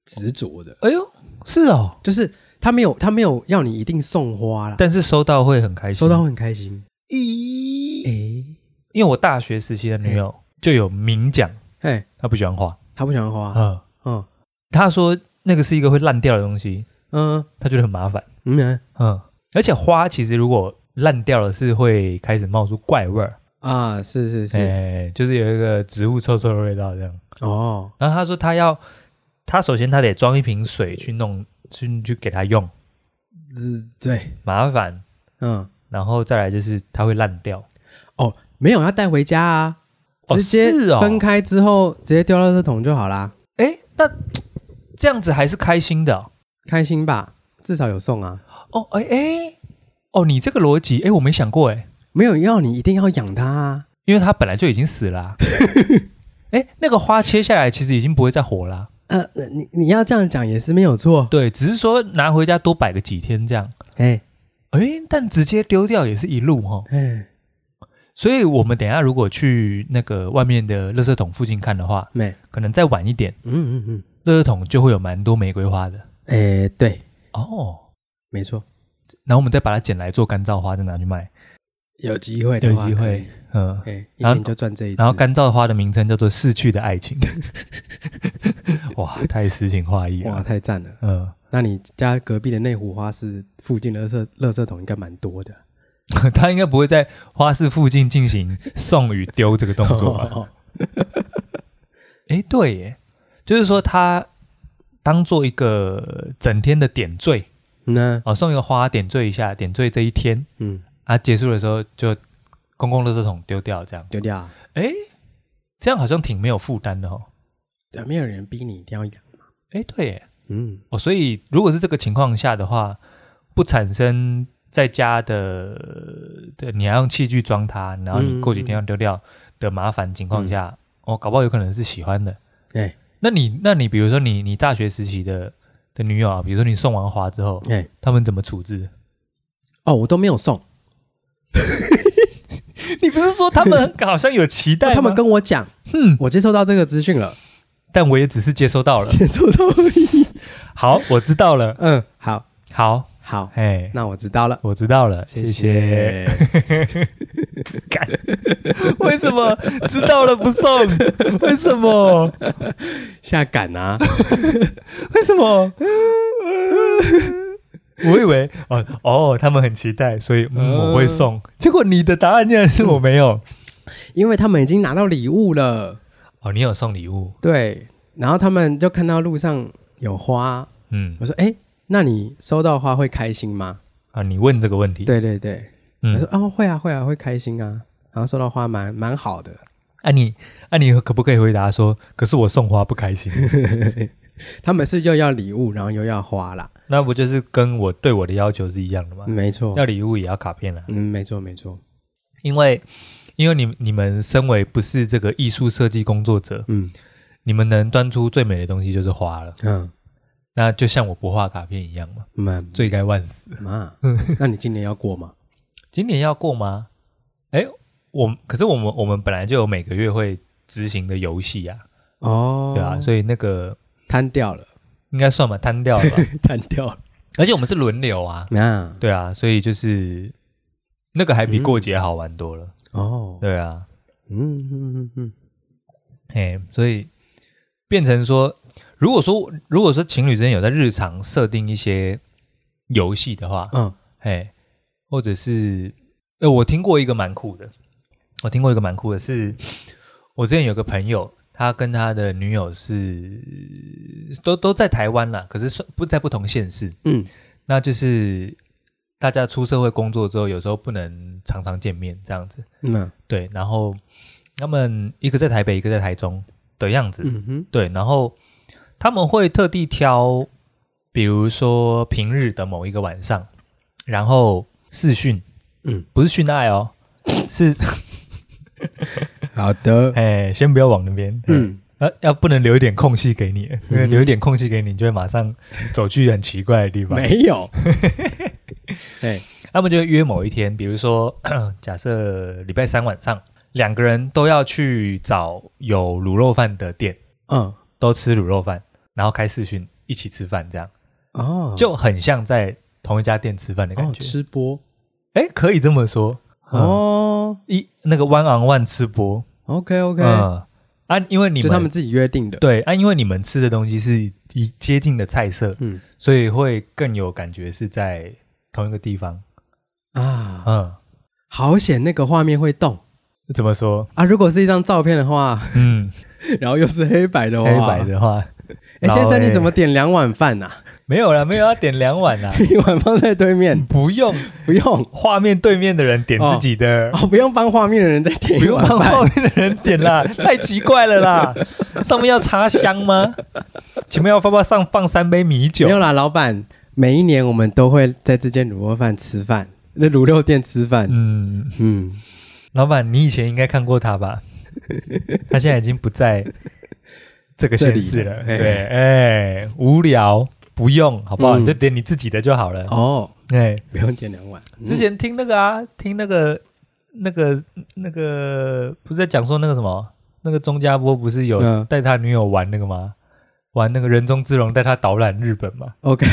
[SPEAKER 2] 执着的，
[SPEAKER 1] 哎呦，是哦，
[SPEAKER 2] 就是她没有她没有要你一定送花啦，
[SPEAKER 1] 但是收到会很开心。
[SPEAKER 2] 收到会很开心。
[SPEAKER 1] 咦，
[SPEAKER 2] 哎
[SPEAKER 1] 因为我大学时期的女友就有明讲，
[SPEAKER 2] 哎，
[SPEAKER 1] 她不喜欢花。
[SPEAKER 2] 她不喜欢花，
[SPEAKER 1] 嗯，
[SPEAKER 2] 嗯
[SPEAKER 1] 她说那个是一个会烂掉的东西，
[SPEAKER 2] 嗯
[SPEAKER 1] 她觉得很麻烦。
[SPEAKER 2] 嗯
[SPEAKER 1] 嗯，而且花其实如果烂掉了，是会开始冒出怪味儿，
[SPEAKER 2] 啊，是是是，
[SPEAKER 1] 哎、就是有一个植物臭臭的味道这样。
[SPEAKER 2] 哦，
[SPEAKER 1] 然后他说他要，他首先他得装一瓶水去弄，去去给他用，
[SPEAKER 2] 是对，
[SPEAKER 1] 麻烦。
[SPEAKER 2] 嗯，
[SPEAKER 1] 然后再来就是它会烂掉，
[SPEAKER 2] 哦没有要带回家啊，
[SPEAKER 1] 哦
[SPEAKER 2] 直接
[SPEAKER 1] 是哦
[SPEAKER 2] 分开之后直接丢到垃圾桶就好啦，
[SPEAKER 1] 哎，那这样子还是开心的哦
[SPEAKER 2] 开心吧，至少有送啊，
[SPEAKER 1] 哦，哎哎，哦，你这个逻辑，哎，我没想过哎，
[SPEAKER 2] 没有要你一定要养它啊，
[SPEAKER 1] 因为它本来就已经死 啦、哎，那个花切下来其实已经不会再活啦、
[SPEAKER 2] 呃，呃你你要这样讲也是没有错，
[SPEAKER 1] 对，只是说拿回家多摆个几天这样。
[SPEAKER 2] 哎
[SPEAKER 1] 哎，但直接丢掉也是一路哈、哦，
[SPEAKER 2] 哎，
[SPEAKER 1] 所以我们等一下如果去那个外面的垃圾桶附近看的话，
[SPEAKER 2] 没，
[SPEAKER 1] 可能再晚一点，
[SPEAKER 2] 嗯嗯嗯，
[SPEAKER 1] 垃圾桶就会有蛮多玫瑰花的
[SPEAKER 2] 诶，哎对，
[SPEAKER 1] 哦。
[SPEAKER 2] 没错，
[SPEAKER 1] 然后我们再把它捡来做干燥花，再拿去卖，
[SPEAKER 2] 有机会
[SPEAKER 1] 有
[SPEAKER 2] 的话
[SPEAKER 1] 机
[SPEAKER 2] 可
[SPEAKER 1] 会
[SPEAKER 2] 以，。
[SPEAKER 1] 嗯，
[SPEAKER 2] 哎，一
[SPEAKER 1] 然后
[SPEAKER 2] 年就赚这一次，
[SPEAKER 1] 然后干燥花的名称叫做《逝去的爱情》， 哇，太诗情画意
[SPEAKER 2] 哇，
[SPEAKER 1] 了。
[SPEAKER 2] 太赞了！
[SPEAKER 1] 嗯，
[SPEAKER 2] 那你家隔壁的内湖花市附近的垃圾垃圾桶应该蛮 多的，
[SPEAKER 1] 他应该不会在花市附近进行送与丢这个动作 吧？诶，对耶，就是说它当做一个整天的点缀
[SPEAKER 2] 那
[SPEAKER 1] 哦，送一个花点缀一下，点缀这一天
[SPEAKER 2] 嗯，
[SPEAKER 1] 啊，结束的时候就公共垃圾桶丢掉，这样，
[SPEAKER 2] 丢掉啊，
[SPEAKER 1] 诶，这样好像挺没有负担的哦。
[SPEAKER 2] 对，啊没有人逼你一定要养，
[SPEAKER 1] 诶，对耶，
[SPEAKER 2] 嗯，
[SPEAKER 1] 哦，所以如果是这个情况下的话，不产生在家的，对，你要用器具装它，然后你过几天要丢掉的麻烦情况下，哦，搞不好有可能是喜欢的。
[SPEAKER 2] 哎
[SPEAKER 1] 那你，那你比如说你，你大学时期的的女友啊，比如说你送完花之后，
[SPEAKER 2] 哎，
[SPEAKER 1] 他们怎么处置？
[SPEAKER 2] 哦，我都没有送，
[SPEAKER 1] 你不是说他们好像有期 待吗？
[SPEAKER 2] 他们跟我讲，
[SPEAKER 1] 嗯，
[SPEAKER 2] 我接收到这个资讯了，
[SPEAKER 1] 但我也只是接收 到了。
[SPEAKER 2] 接收到而已，
[SPEAKER 1] 好，我知道了。
[SPEAKER 2] 嗯，好
[SPEAKER 1] 好，
[SPEAKER 2] 好，
[SPEAKER 1] 哎，
[SPEAKER 2] 那我知道了，
[SPEAKER 1] 我知道了，谢谢。
[SPEAKER 2] 谢。
[SPEAKER 1] 干，为什么知道了不送？ 为什么？
[SPEAKER 2] 下岗啊，
[SPEAKER 1] 为什么？ 我以为哦哦，他们很期待，所以、嗯、我会送。结果你的答案竟然是我没有。
[SPEAKER 2] 因为他们已经拿到礼物了，
[SPEAKER 1] 哦，你有送礼物？
[SPEAKER 2] 对，然后他们就看到路上有花，
[SPEAKER 1] 嗯
[SPEAKER 2] 我说，哎，那你收到花会开心吗？
[SPEAKER 1] 啊，你问这个问题。，
[SPEAKER 2] 对对对，他
[SPEAKER 1] 嗯
[SPEAKER 2] 说，哦，会啊会啊会开心啊，然后收到花蛮蛮好的，
[SPEAKER 1] 啊你啊你可不可以回答说？可是我送花不开心，
[SPEAKER 2] 他们是又要礼物，然后又要花啦，
[SPEAKER 1] 那不就是跟我对我的要求是一样的吗？
[SPEAKER 2] 没错
[SPEAKER 1] 要，礼物也要卡片啊，
[SPEAKER 2] 嗯，没错没错，
[SPEAKER 1] 因为因为你你们身为不是这个艺术设计工作者，
[SPEAKER 2] 嗯
[SPEAKER 1] 你们能端出最美的东西就是花了，
[SPEAKER 2] 嗯，
[SPEAKER 1] 那就像我不画卡片一样嘛，
[SPEAKER 2] 妈
[SPEAKER 1] 罪该万死。
[SPEAKER 2] 妈，嗯那你今年要过吗？
[SPEAKER 1] 今年要过吗？哎，我可是我们我们本来就有每个月会执行的游戏啊，
[SPEAKER 2] 哦，
[SPEAKER 1] 对啊，所以那个
[SPEAKER 2] 摊掉了，
[SPEAKER 1] 应该算吧，摊掉了吧。
[SPEAKER 2] 摊掉了，
[SPEAKER 1] 而且我们是轮流啊，
[SPEAKER 2] 那
[SPEAKER 1] 对啊，所以就是那个还比过节好玩多了，
[SPEAKER 2] 哦，
[SPEAKER 1] 对啊，
[SPEAKER 2] 嗯嗯嗯嗯，
[SPEAKER 1] 哎，所以变成说，如果说如果说情侣之间有在日常设定一些游戏的话，
[SPEAKER 2] 嗯，
[SPEAKER 1] 哎，或者是，呃，我听过一个蛮酷的，我听过一个蛮酷的是，我之前有个朋友，他跟他的女友是都都在台湾啦，可是算不在不同县市，
[SPEAKER 2] 嗯，
[SPEAKER 1] 那就是大家出社会工作之后，有时候不能常常见面这样子，
[SPEAKER 2] 那
[SPEAKER 1] 对，然后他们一个在台北，一个在台中的样子，
[SPEAKER 2] 嗯哼，
[SPEAKER 1] 对，然后他们会特地挑，比如说平日的某一个晚上，然后视讯，
[SPEAKER 2] 嗯，
[SPEAKER 1] 不是训爱哦， 是
[SPEAKER 2] 好的，
[SPEAKER 1] 哎，先不要往那边，嗯，
[SPEAKER 2] 嗯，
[SPEAKER 1] 要要不能留一点空隙给你，因为留一点空隙给你，你就会马上走去很奇怪的地方。
[SPEAKER 2] 没有， 哎，
[SPEAKER 1] 他们就约某一天，比如说 假设礼拜三晚上，两个人都要去找有卤肉饭的店，
[SPEAKER 2] 嗯，
[SPEAKER 1] 都吃卤肉饭，然后开视讯一起吃饭这样。
[SPEAKER 2] 哦，
[SPEAKER 1] 就很像在同一家店吃饭的感
[SPEAKER 2] 哦，
[SPEAKER 1] 觉。
[SPEAKER 2] 吃播，
[SPEAKER 1] 哎、可以这么说。哦，
[SPEAKER 2] 哦
[SPEAKER 1] 一那个 one on one 吃播，
[SPEAKER 2] ，OK OK，
[SPEAKER 1] 嗯啊，因为你
[SPEAKER 2] 就
[SPEAKER 1] 们
[SPEAKER 2] 他们自己约定的，
[SPEAKER 1] 对啊，因为你们吃的东西是一接近的菜色，
[SPEAKER 2] 嗯
[SPEAKER 1] 所以会更有感觉是在同一个地方。
[SPEAKER 2] 啊，
[SPEAKER 1] 嗯，
[SPEAKER 2] 好险那个画面会动
[SPEAKER 1] 怎么说？
[SPEAKER 2] 啊！如果是一张照片的话，
[SPEAKER 1] 嗯，
[SPEAKER 2] 然后又是黑白的话，
[SPEAKER 1] 黑白。的话
[SPEAKER 2] 哎，
[SPEAKER 1] 然后
[SPEAKER 2] 先生，
[SPEAKER 1] 嘞
[SPEAKER 2] 你怎么点两碗饭呐、啊？
[SPEAKER 1] 没有啦，没有要点两碗啦，
[SPEAKER 2] 一碗放在对面，
[SPEAKER 1] 不用
[SPEAKER 2] 不用
[SPEAKER 1] 画面对面的人点自己的。
[SPEAKER 2] 哦，不用帮画面的人再点
[SPEAKER 1] 不
[SPEAKER 2] 一
[SPEAKER 1] 用
[SPEAKER 2] 碗
[SPEAKER 1] 帮后
[SPEAKER 2] 饭。
[SPEAKER 1] 面的人点啦，太奇怪了 啦！上面要插香吗？前面要放不上放三杯米酒
[SPEAKER 2] 没？有啦，老板，每一年我们都会在这间卤肉饭吃饭，那卤肉店吃饭。
[SPEAKER 1] 嗯，
[SPEAKER 2] 嗯，
[SPEAKER 1] 老板，你以前应该看过他吧？他现在已经不在这个县市了。
[SPEAKER 2] 这里了
[SPEAKER 1] 对，哎，无聊，不用，好不好？
[SPEAKER 2] 嗯
[SPEAKER 1] 你就点你自己的就好了。
[SPEAKER 2] 哦，
[SPEAKER 1] 哎，
[SPEAKER 2] 不用点两碗。嗯
[SPEAKER 1] 之前听那个啊，听那个那个那个不是在讲说那个什么，那个钟家波不是有
[SPEAKER 2] 嗯
[SPEAKER 1] 带他女友玩那个吗？玩那个人中之龙带他导览日本嘛？
[SPEAKER 2] OK，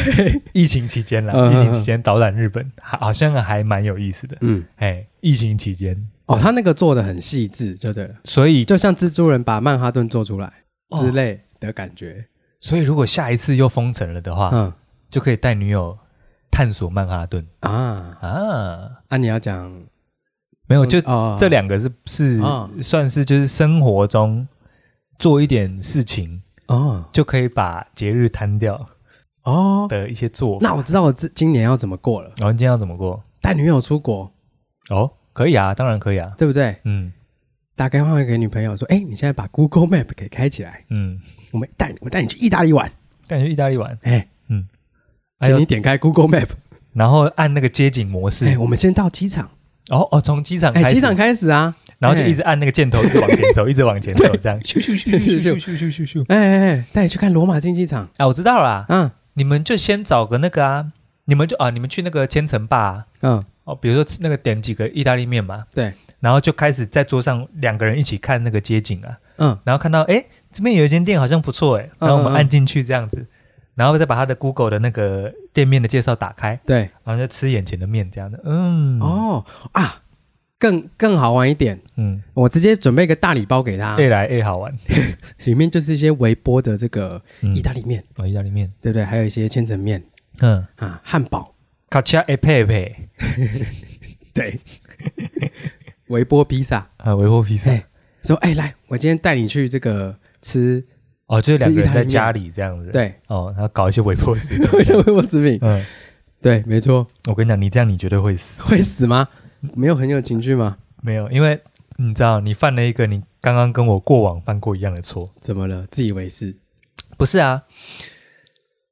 [SPEAKER 1] 疫情期间啦，
[SPEAKER 2] 嗯
[SPEAKER 1] 疫情期间导览日本，好好像还蛮有意思的。
[SPEAKER 2] 嗯，
[SPEAKER 1] 哎，疫情期间，
[SPEAKER 2] 哦，他那个做的很细致，就对了，
[SPEAKER 1] 所以
[SPEAKER 2] 就像蜘蛛人把曼哈顿做出来
[SPEAKER 1] 哦
[SPEAKER 2] 之类的感觉。
[SPEAKER 1] 所以如果下一次又封城了的话，
[SPEAKER 2] 嗯
[SPEAKER 1] 就可以带女友探索曼哈顿
[SPEAKER 2] 啊
[SPEAKER 1] 啊。
[SPEAKER 2] 啊，你要讲
[SPEAKER 1] 没有，就
[SPEAKER 2] 哦
[SPEAKER 1] 这两个是是、
[SPEAKER 2] 啊
[SPEAKER 1] 算是就是生活中做一点事情，
[SPEAKER 2] 哦
[SPEAKER 1] 就可以把节日摊掉
[SPEAKER 2] 哦，
[SPEAKER 1] 的一些做法。
[SPEAKER 2] 那我知道我这今年要怎么过了，
[SPEAKER 1] 然后、你今天要怎么过？
[SPEAKER 2] 带女友出国，
[SPEAKER 1] 哦，可以啊，当然可以啊。
[SPEAKER 2] 对不对？
[SPEAKER 1] 嗯
[SPEAKER 2] 打电话给女朋友说，哎，你现在把 Google Map 给开起来，
[SPEAKER 1] 嗯，
[SPEAKER 2] 我们带我带你去意大利玩，
[SPEAKER 1] 带你去意大利玩，
[SPEAKER 2] 哎，
[SPEAKER 1] 哎
[SPEAKER 2] 请
[SPEAKER 1] 呦
[SPEAKER 2] 你点开 Google Map，
[SPEAKER 1] 然后按那个街景模式。
[SPEAKER 2] 哎，我们先到机场，
[SPEAKER 1] 哦哦，从机场
[SPEAKER 2] 哎，
[SPEAKER 1] 开始，
[SPEAKER 2] 机场开始啊，
[SPEAKER 1] 然后就
[SPEAKER 2] 哎
[SPEAKER 1] 一直按那个箭头，一直往前 走，一直往前走，这 样咻咻咻咻 咻咻咻咻咻。
[SPEAKER 2] 哎哎哎，带你去看罗马竞技场，
[SPEAKER 1] 啊，我知道啦，
[SPEAKER 2] 嗯
[SPEAKER 1] 你们就先找个那个啊，你们就啊，你们去那个千层坝、啊、
[SPEAKER 2] 嗯，
[SPEAKER 1] 哦，比如说吃那个点几个意大利面嘛，
[SPEAKER 2] 对，
[SPEAKER 1] 然后就开始在桌上两个人一起看那个街景啊，
[SPEAKER 2] 嗯
[SPEAKER 1] 然后看到哎这边有一间店好像不错哎，然后我们
[SPEAKER 2] 嗯嗯
[SPEAKER 1] 按进去这样子，然后再把他的 Google 的那个店面的介绍打开，
[SPEAKER 2] 对，
[SPEAKER 1] 然后就吃眼前的面这样的，嗯，，
[SPEAKER 2] 哦啊，更更好玩一点，
[SPEAKER 1] 嗯，
[SPEAKER 2] 我直接准备一个大礼包给他，
[SPEAKER 1] 越来越好玩，
[SPEAKER 2] 里面就是一些微波的这个
[SPEAKER 1] 嗯
[SPEAKER 2] 意大利面，
[SPEAKER 1] 哦意大利面，
[SPEAKER 2] 对不对？还有一些千层面
[SPEAKER 1] 嗯，
[SPEAKER 2] 啊，汉堡，
[SPEAKER 1] 卡恰诶佩佩，
[SPEAKER 2] 对，微波披萨，
[SPEAKER 1] 啊维护披萨，
[SPEAKER 2] 哎，说哎来，我今天带你去这个吃，
[SPEAKER 1] 哦就是两个人
[SPEAKER 2] 吃意大
[SPEAKER 1] 在
[SPEAKER 2] 利面
[SPEAKER 1] 家里这样子，，
[SPEAKER 2] 对，
[SPEAKER 1] 哦然后搞一些微波食品这
[SPEAKER 2] 像
[SPEAKER 1] 样，
[SPEAKER 2] 微波食品，
[SPEAKER 1] 嗯。
[SPEAKER 2] 对，没错，
[SPEAKER 1] 我跟你讲，你这样你绝对会死。
[SPEAKER 2] 会死吗？没有很有情绪吗？
[SPEAKER 1] 没有，因为你知道，你犯了一个你刚刚跟我过往犯过一样的错。
[SPEAKER 2] 怎么了？自以为是，
[SPEAKER 1] 不是啊，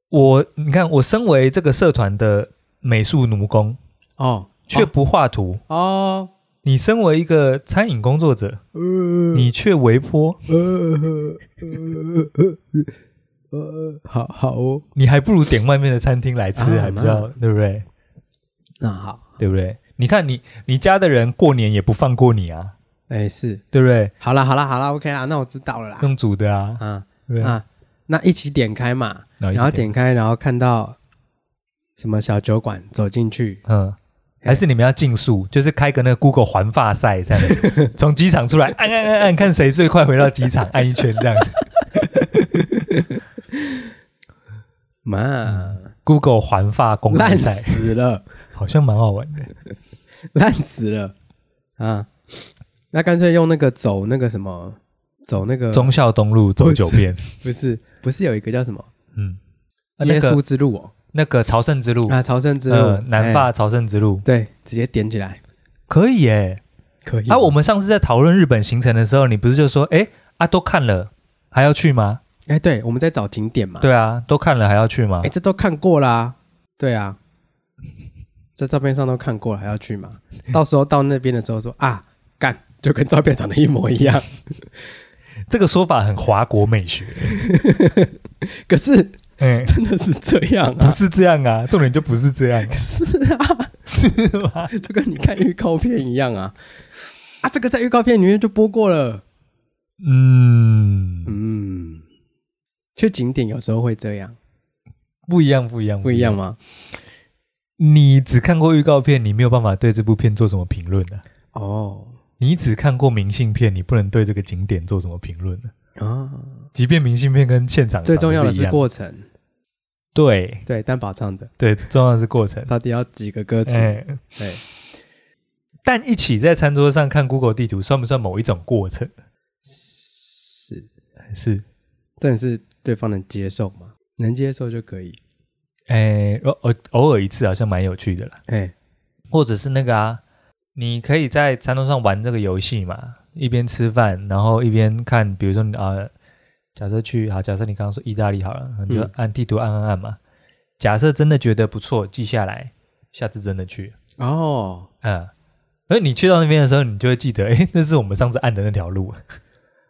[SPEAKER 1] 我你看，我身为这个社团的美术奴工，
[SPEAKER 2] 哦
[SPEAKER 1] 却不画图；
[SPEAKER 2] 哦，
[SPEAKER 1] 你身为一个餐饮工作者，
[SPEAKER 2] 呃
[SPEAKER 1] 你却微波，
[SPEAKER 2] 呃呃呃呃，好好哦，
[SPEAKER 1] 你还不如点外面的餐厅来吃，
[SPEAKER 2] 啊
[SPEAKER 1] 还比较对不对？
[SPEAKER 2] 那啊好，
[SPEAKER 1] 对不对？你看你你家的人过年也不放过你啊，
[SPEAKER 2] 哎是，
[SPEAKER 1] 对不对？
[SPEAKER 2] 好啦好啦好啦，OK 啦，那我知道了啦，
[SPEAKER 1] 用煮的啊，
[SPEAKER 2] 啊
[SPEAKER 1] 对不对？
[SPEAKER 2] 啊，那一起点开嘛，
[SPEAKER 1] 然后一起
[SPEAKER 2] 然后点开，然后看到什么小酒馆，走进去，
[SPEAKER 1] 嗯，还是你们要竞速，就是开个那个 Google 环发赛这样 子，从机场出来按按按按，看谁最快回到机场，按一圈这 样子。
[SPEAKER 2] 妈，
[SPEAKER 1] 嗯 Google 环发公开
[SPEAKER 2] 烂
[SPEAKER 1] 赛
[SPEAKER 2] 死了，
[SPEAKER 1] 好像蛮好玩的。
[SPEAKER 2] 烂死了啊！那干脆用那个走那个什么，走那个
[SPEAKER 1] 忠孝东路走九遍，
[SPEAKER 2] 呃不是不是有一个叫什么
[SPEAKER 1] 嗯，啊那
[SPEAKER 2] 耶稣
[SPEAKER 1] 个
[SPEAKER 2] 之路哦
[SPEAKER 1] 那个朝圣之路，
[SPEAKER 2] 啊，朝圣之路
[SPEAKER 1] 呃，，南
[SPEAKER 2] 哎
[SPEAKER 1] 法朝圣之路
[SPEAKER 2] 对，直接点起来
[SPEAKER 1] 可以耶。
[SPEAKER 2] 可以
[SPEAKER 1] 啊，我们上次在讨论日本行程的时候，你不是就说，哎啊，都看了还要去吗？
[SPEAKER 2] 哎，对，我们在找景点嘛，
[SPEAKER 1] 对啊，都看了还要去吗
[SPEAKER 2] 哎，？这都看过啦，对啊，在照片上都看过了，还要 去嘛？到时候到那边的时候说啊，干，就跟照片长得一模一样。
[SPEAKER 1] 这个说法很华国美学，
[SPEAKER 2] 可是
[SPEAKER 1] 嗯，
[SPEAKER 2] 真的是这样啊
[SPEAKER 1] 不？是这样啊，重点就不是这样啊、
[SPEAKER 2] 是啊，
[SPEAKER 1] 是吗？
[SPEAKER 2] 就跟你看预告片一样啊。啊，这个在预告片里面就播过了。
[SPEAKER 1] 嗯，
[SPEAKER 2] 嗯，去景点有时候会这样，
[SPEAKER 1] 不一样，不一样，
[SPEAKER 2] 不一样。吗？
[SPEAKER 1] 你只看过预告片，你没有办法对这部片做什么评论啊的。
[SPEAKER 2] 哦
[SPEAKER 1] 你只看过明信片，你不能对这个景点做什么评论的。
[SPEAKER 2] 啊，
[SPEAKER 1] 即便明信片跟现场
[SPEAKER 2] 最重要
[SPEAKER 1] 长
[SPEAKER 2] 的
[SPEAKER 1] 得一
[SPEAKER 2] 是
[SPEAKER 1] 样
[SPEAKER 2] 过程。
[SPEAKER 1] 对
[SPEAKER 2] 对，蛋宝唱的
[SPEAKER 1] 对，重要的是过 程。
[SPEAKER 2] 到底要几个歌词？
[SPEAKER 1] 哎，
[SPEAKER 2] 对，
[SPEAKER 1] 但一起在餐桌上看 Google 地图，算不算某一种过程？
[SPEAKER 2] 是，
[SPEAKER 1] 是，
[SPEAKER 2] 但是对方能接受吗？能接受就可以。
[SPEAKER 1] 哎，偶偶偶尔一次好像蛮有趣的啦。
[SPEAKER 2] 哎，
[SPEAKER 1] 或者是那个啊，你可以在餐桌上玩这个游戏嘛，一边吃饭，然后一边看，比如说你啊、假设去好，假设你刚刚说意大利好了，你就
[SPEAKER 2] 嗯
[SPEAKER 1] 按地图按按按嘛。假设真的觉得不错，记下来，下次真的去，
[SPEAKER 2] 哦，
[SPEAKER 1] 嗯。而你去到那边的时候，你就会记得，哎，那是我们上次按的那条路，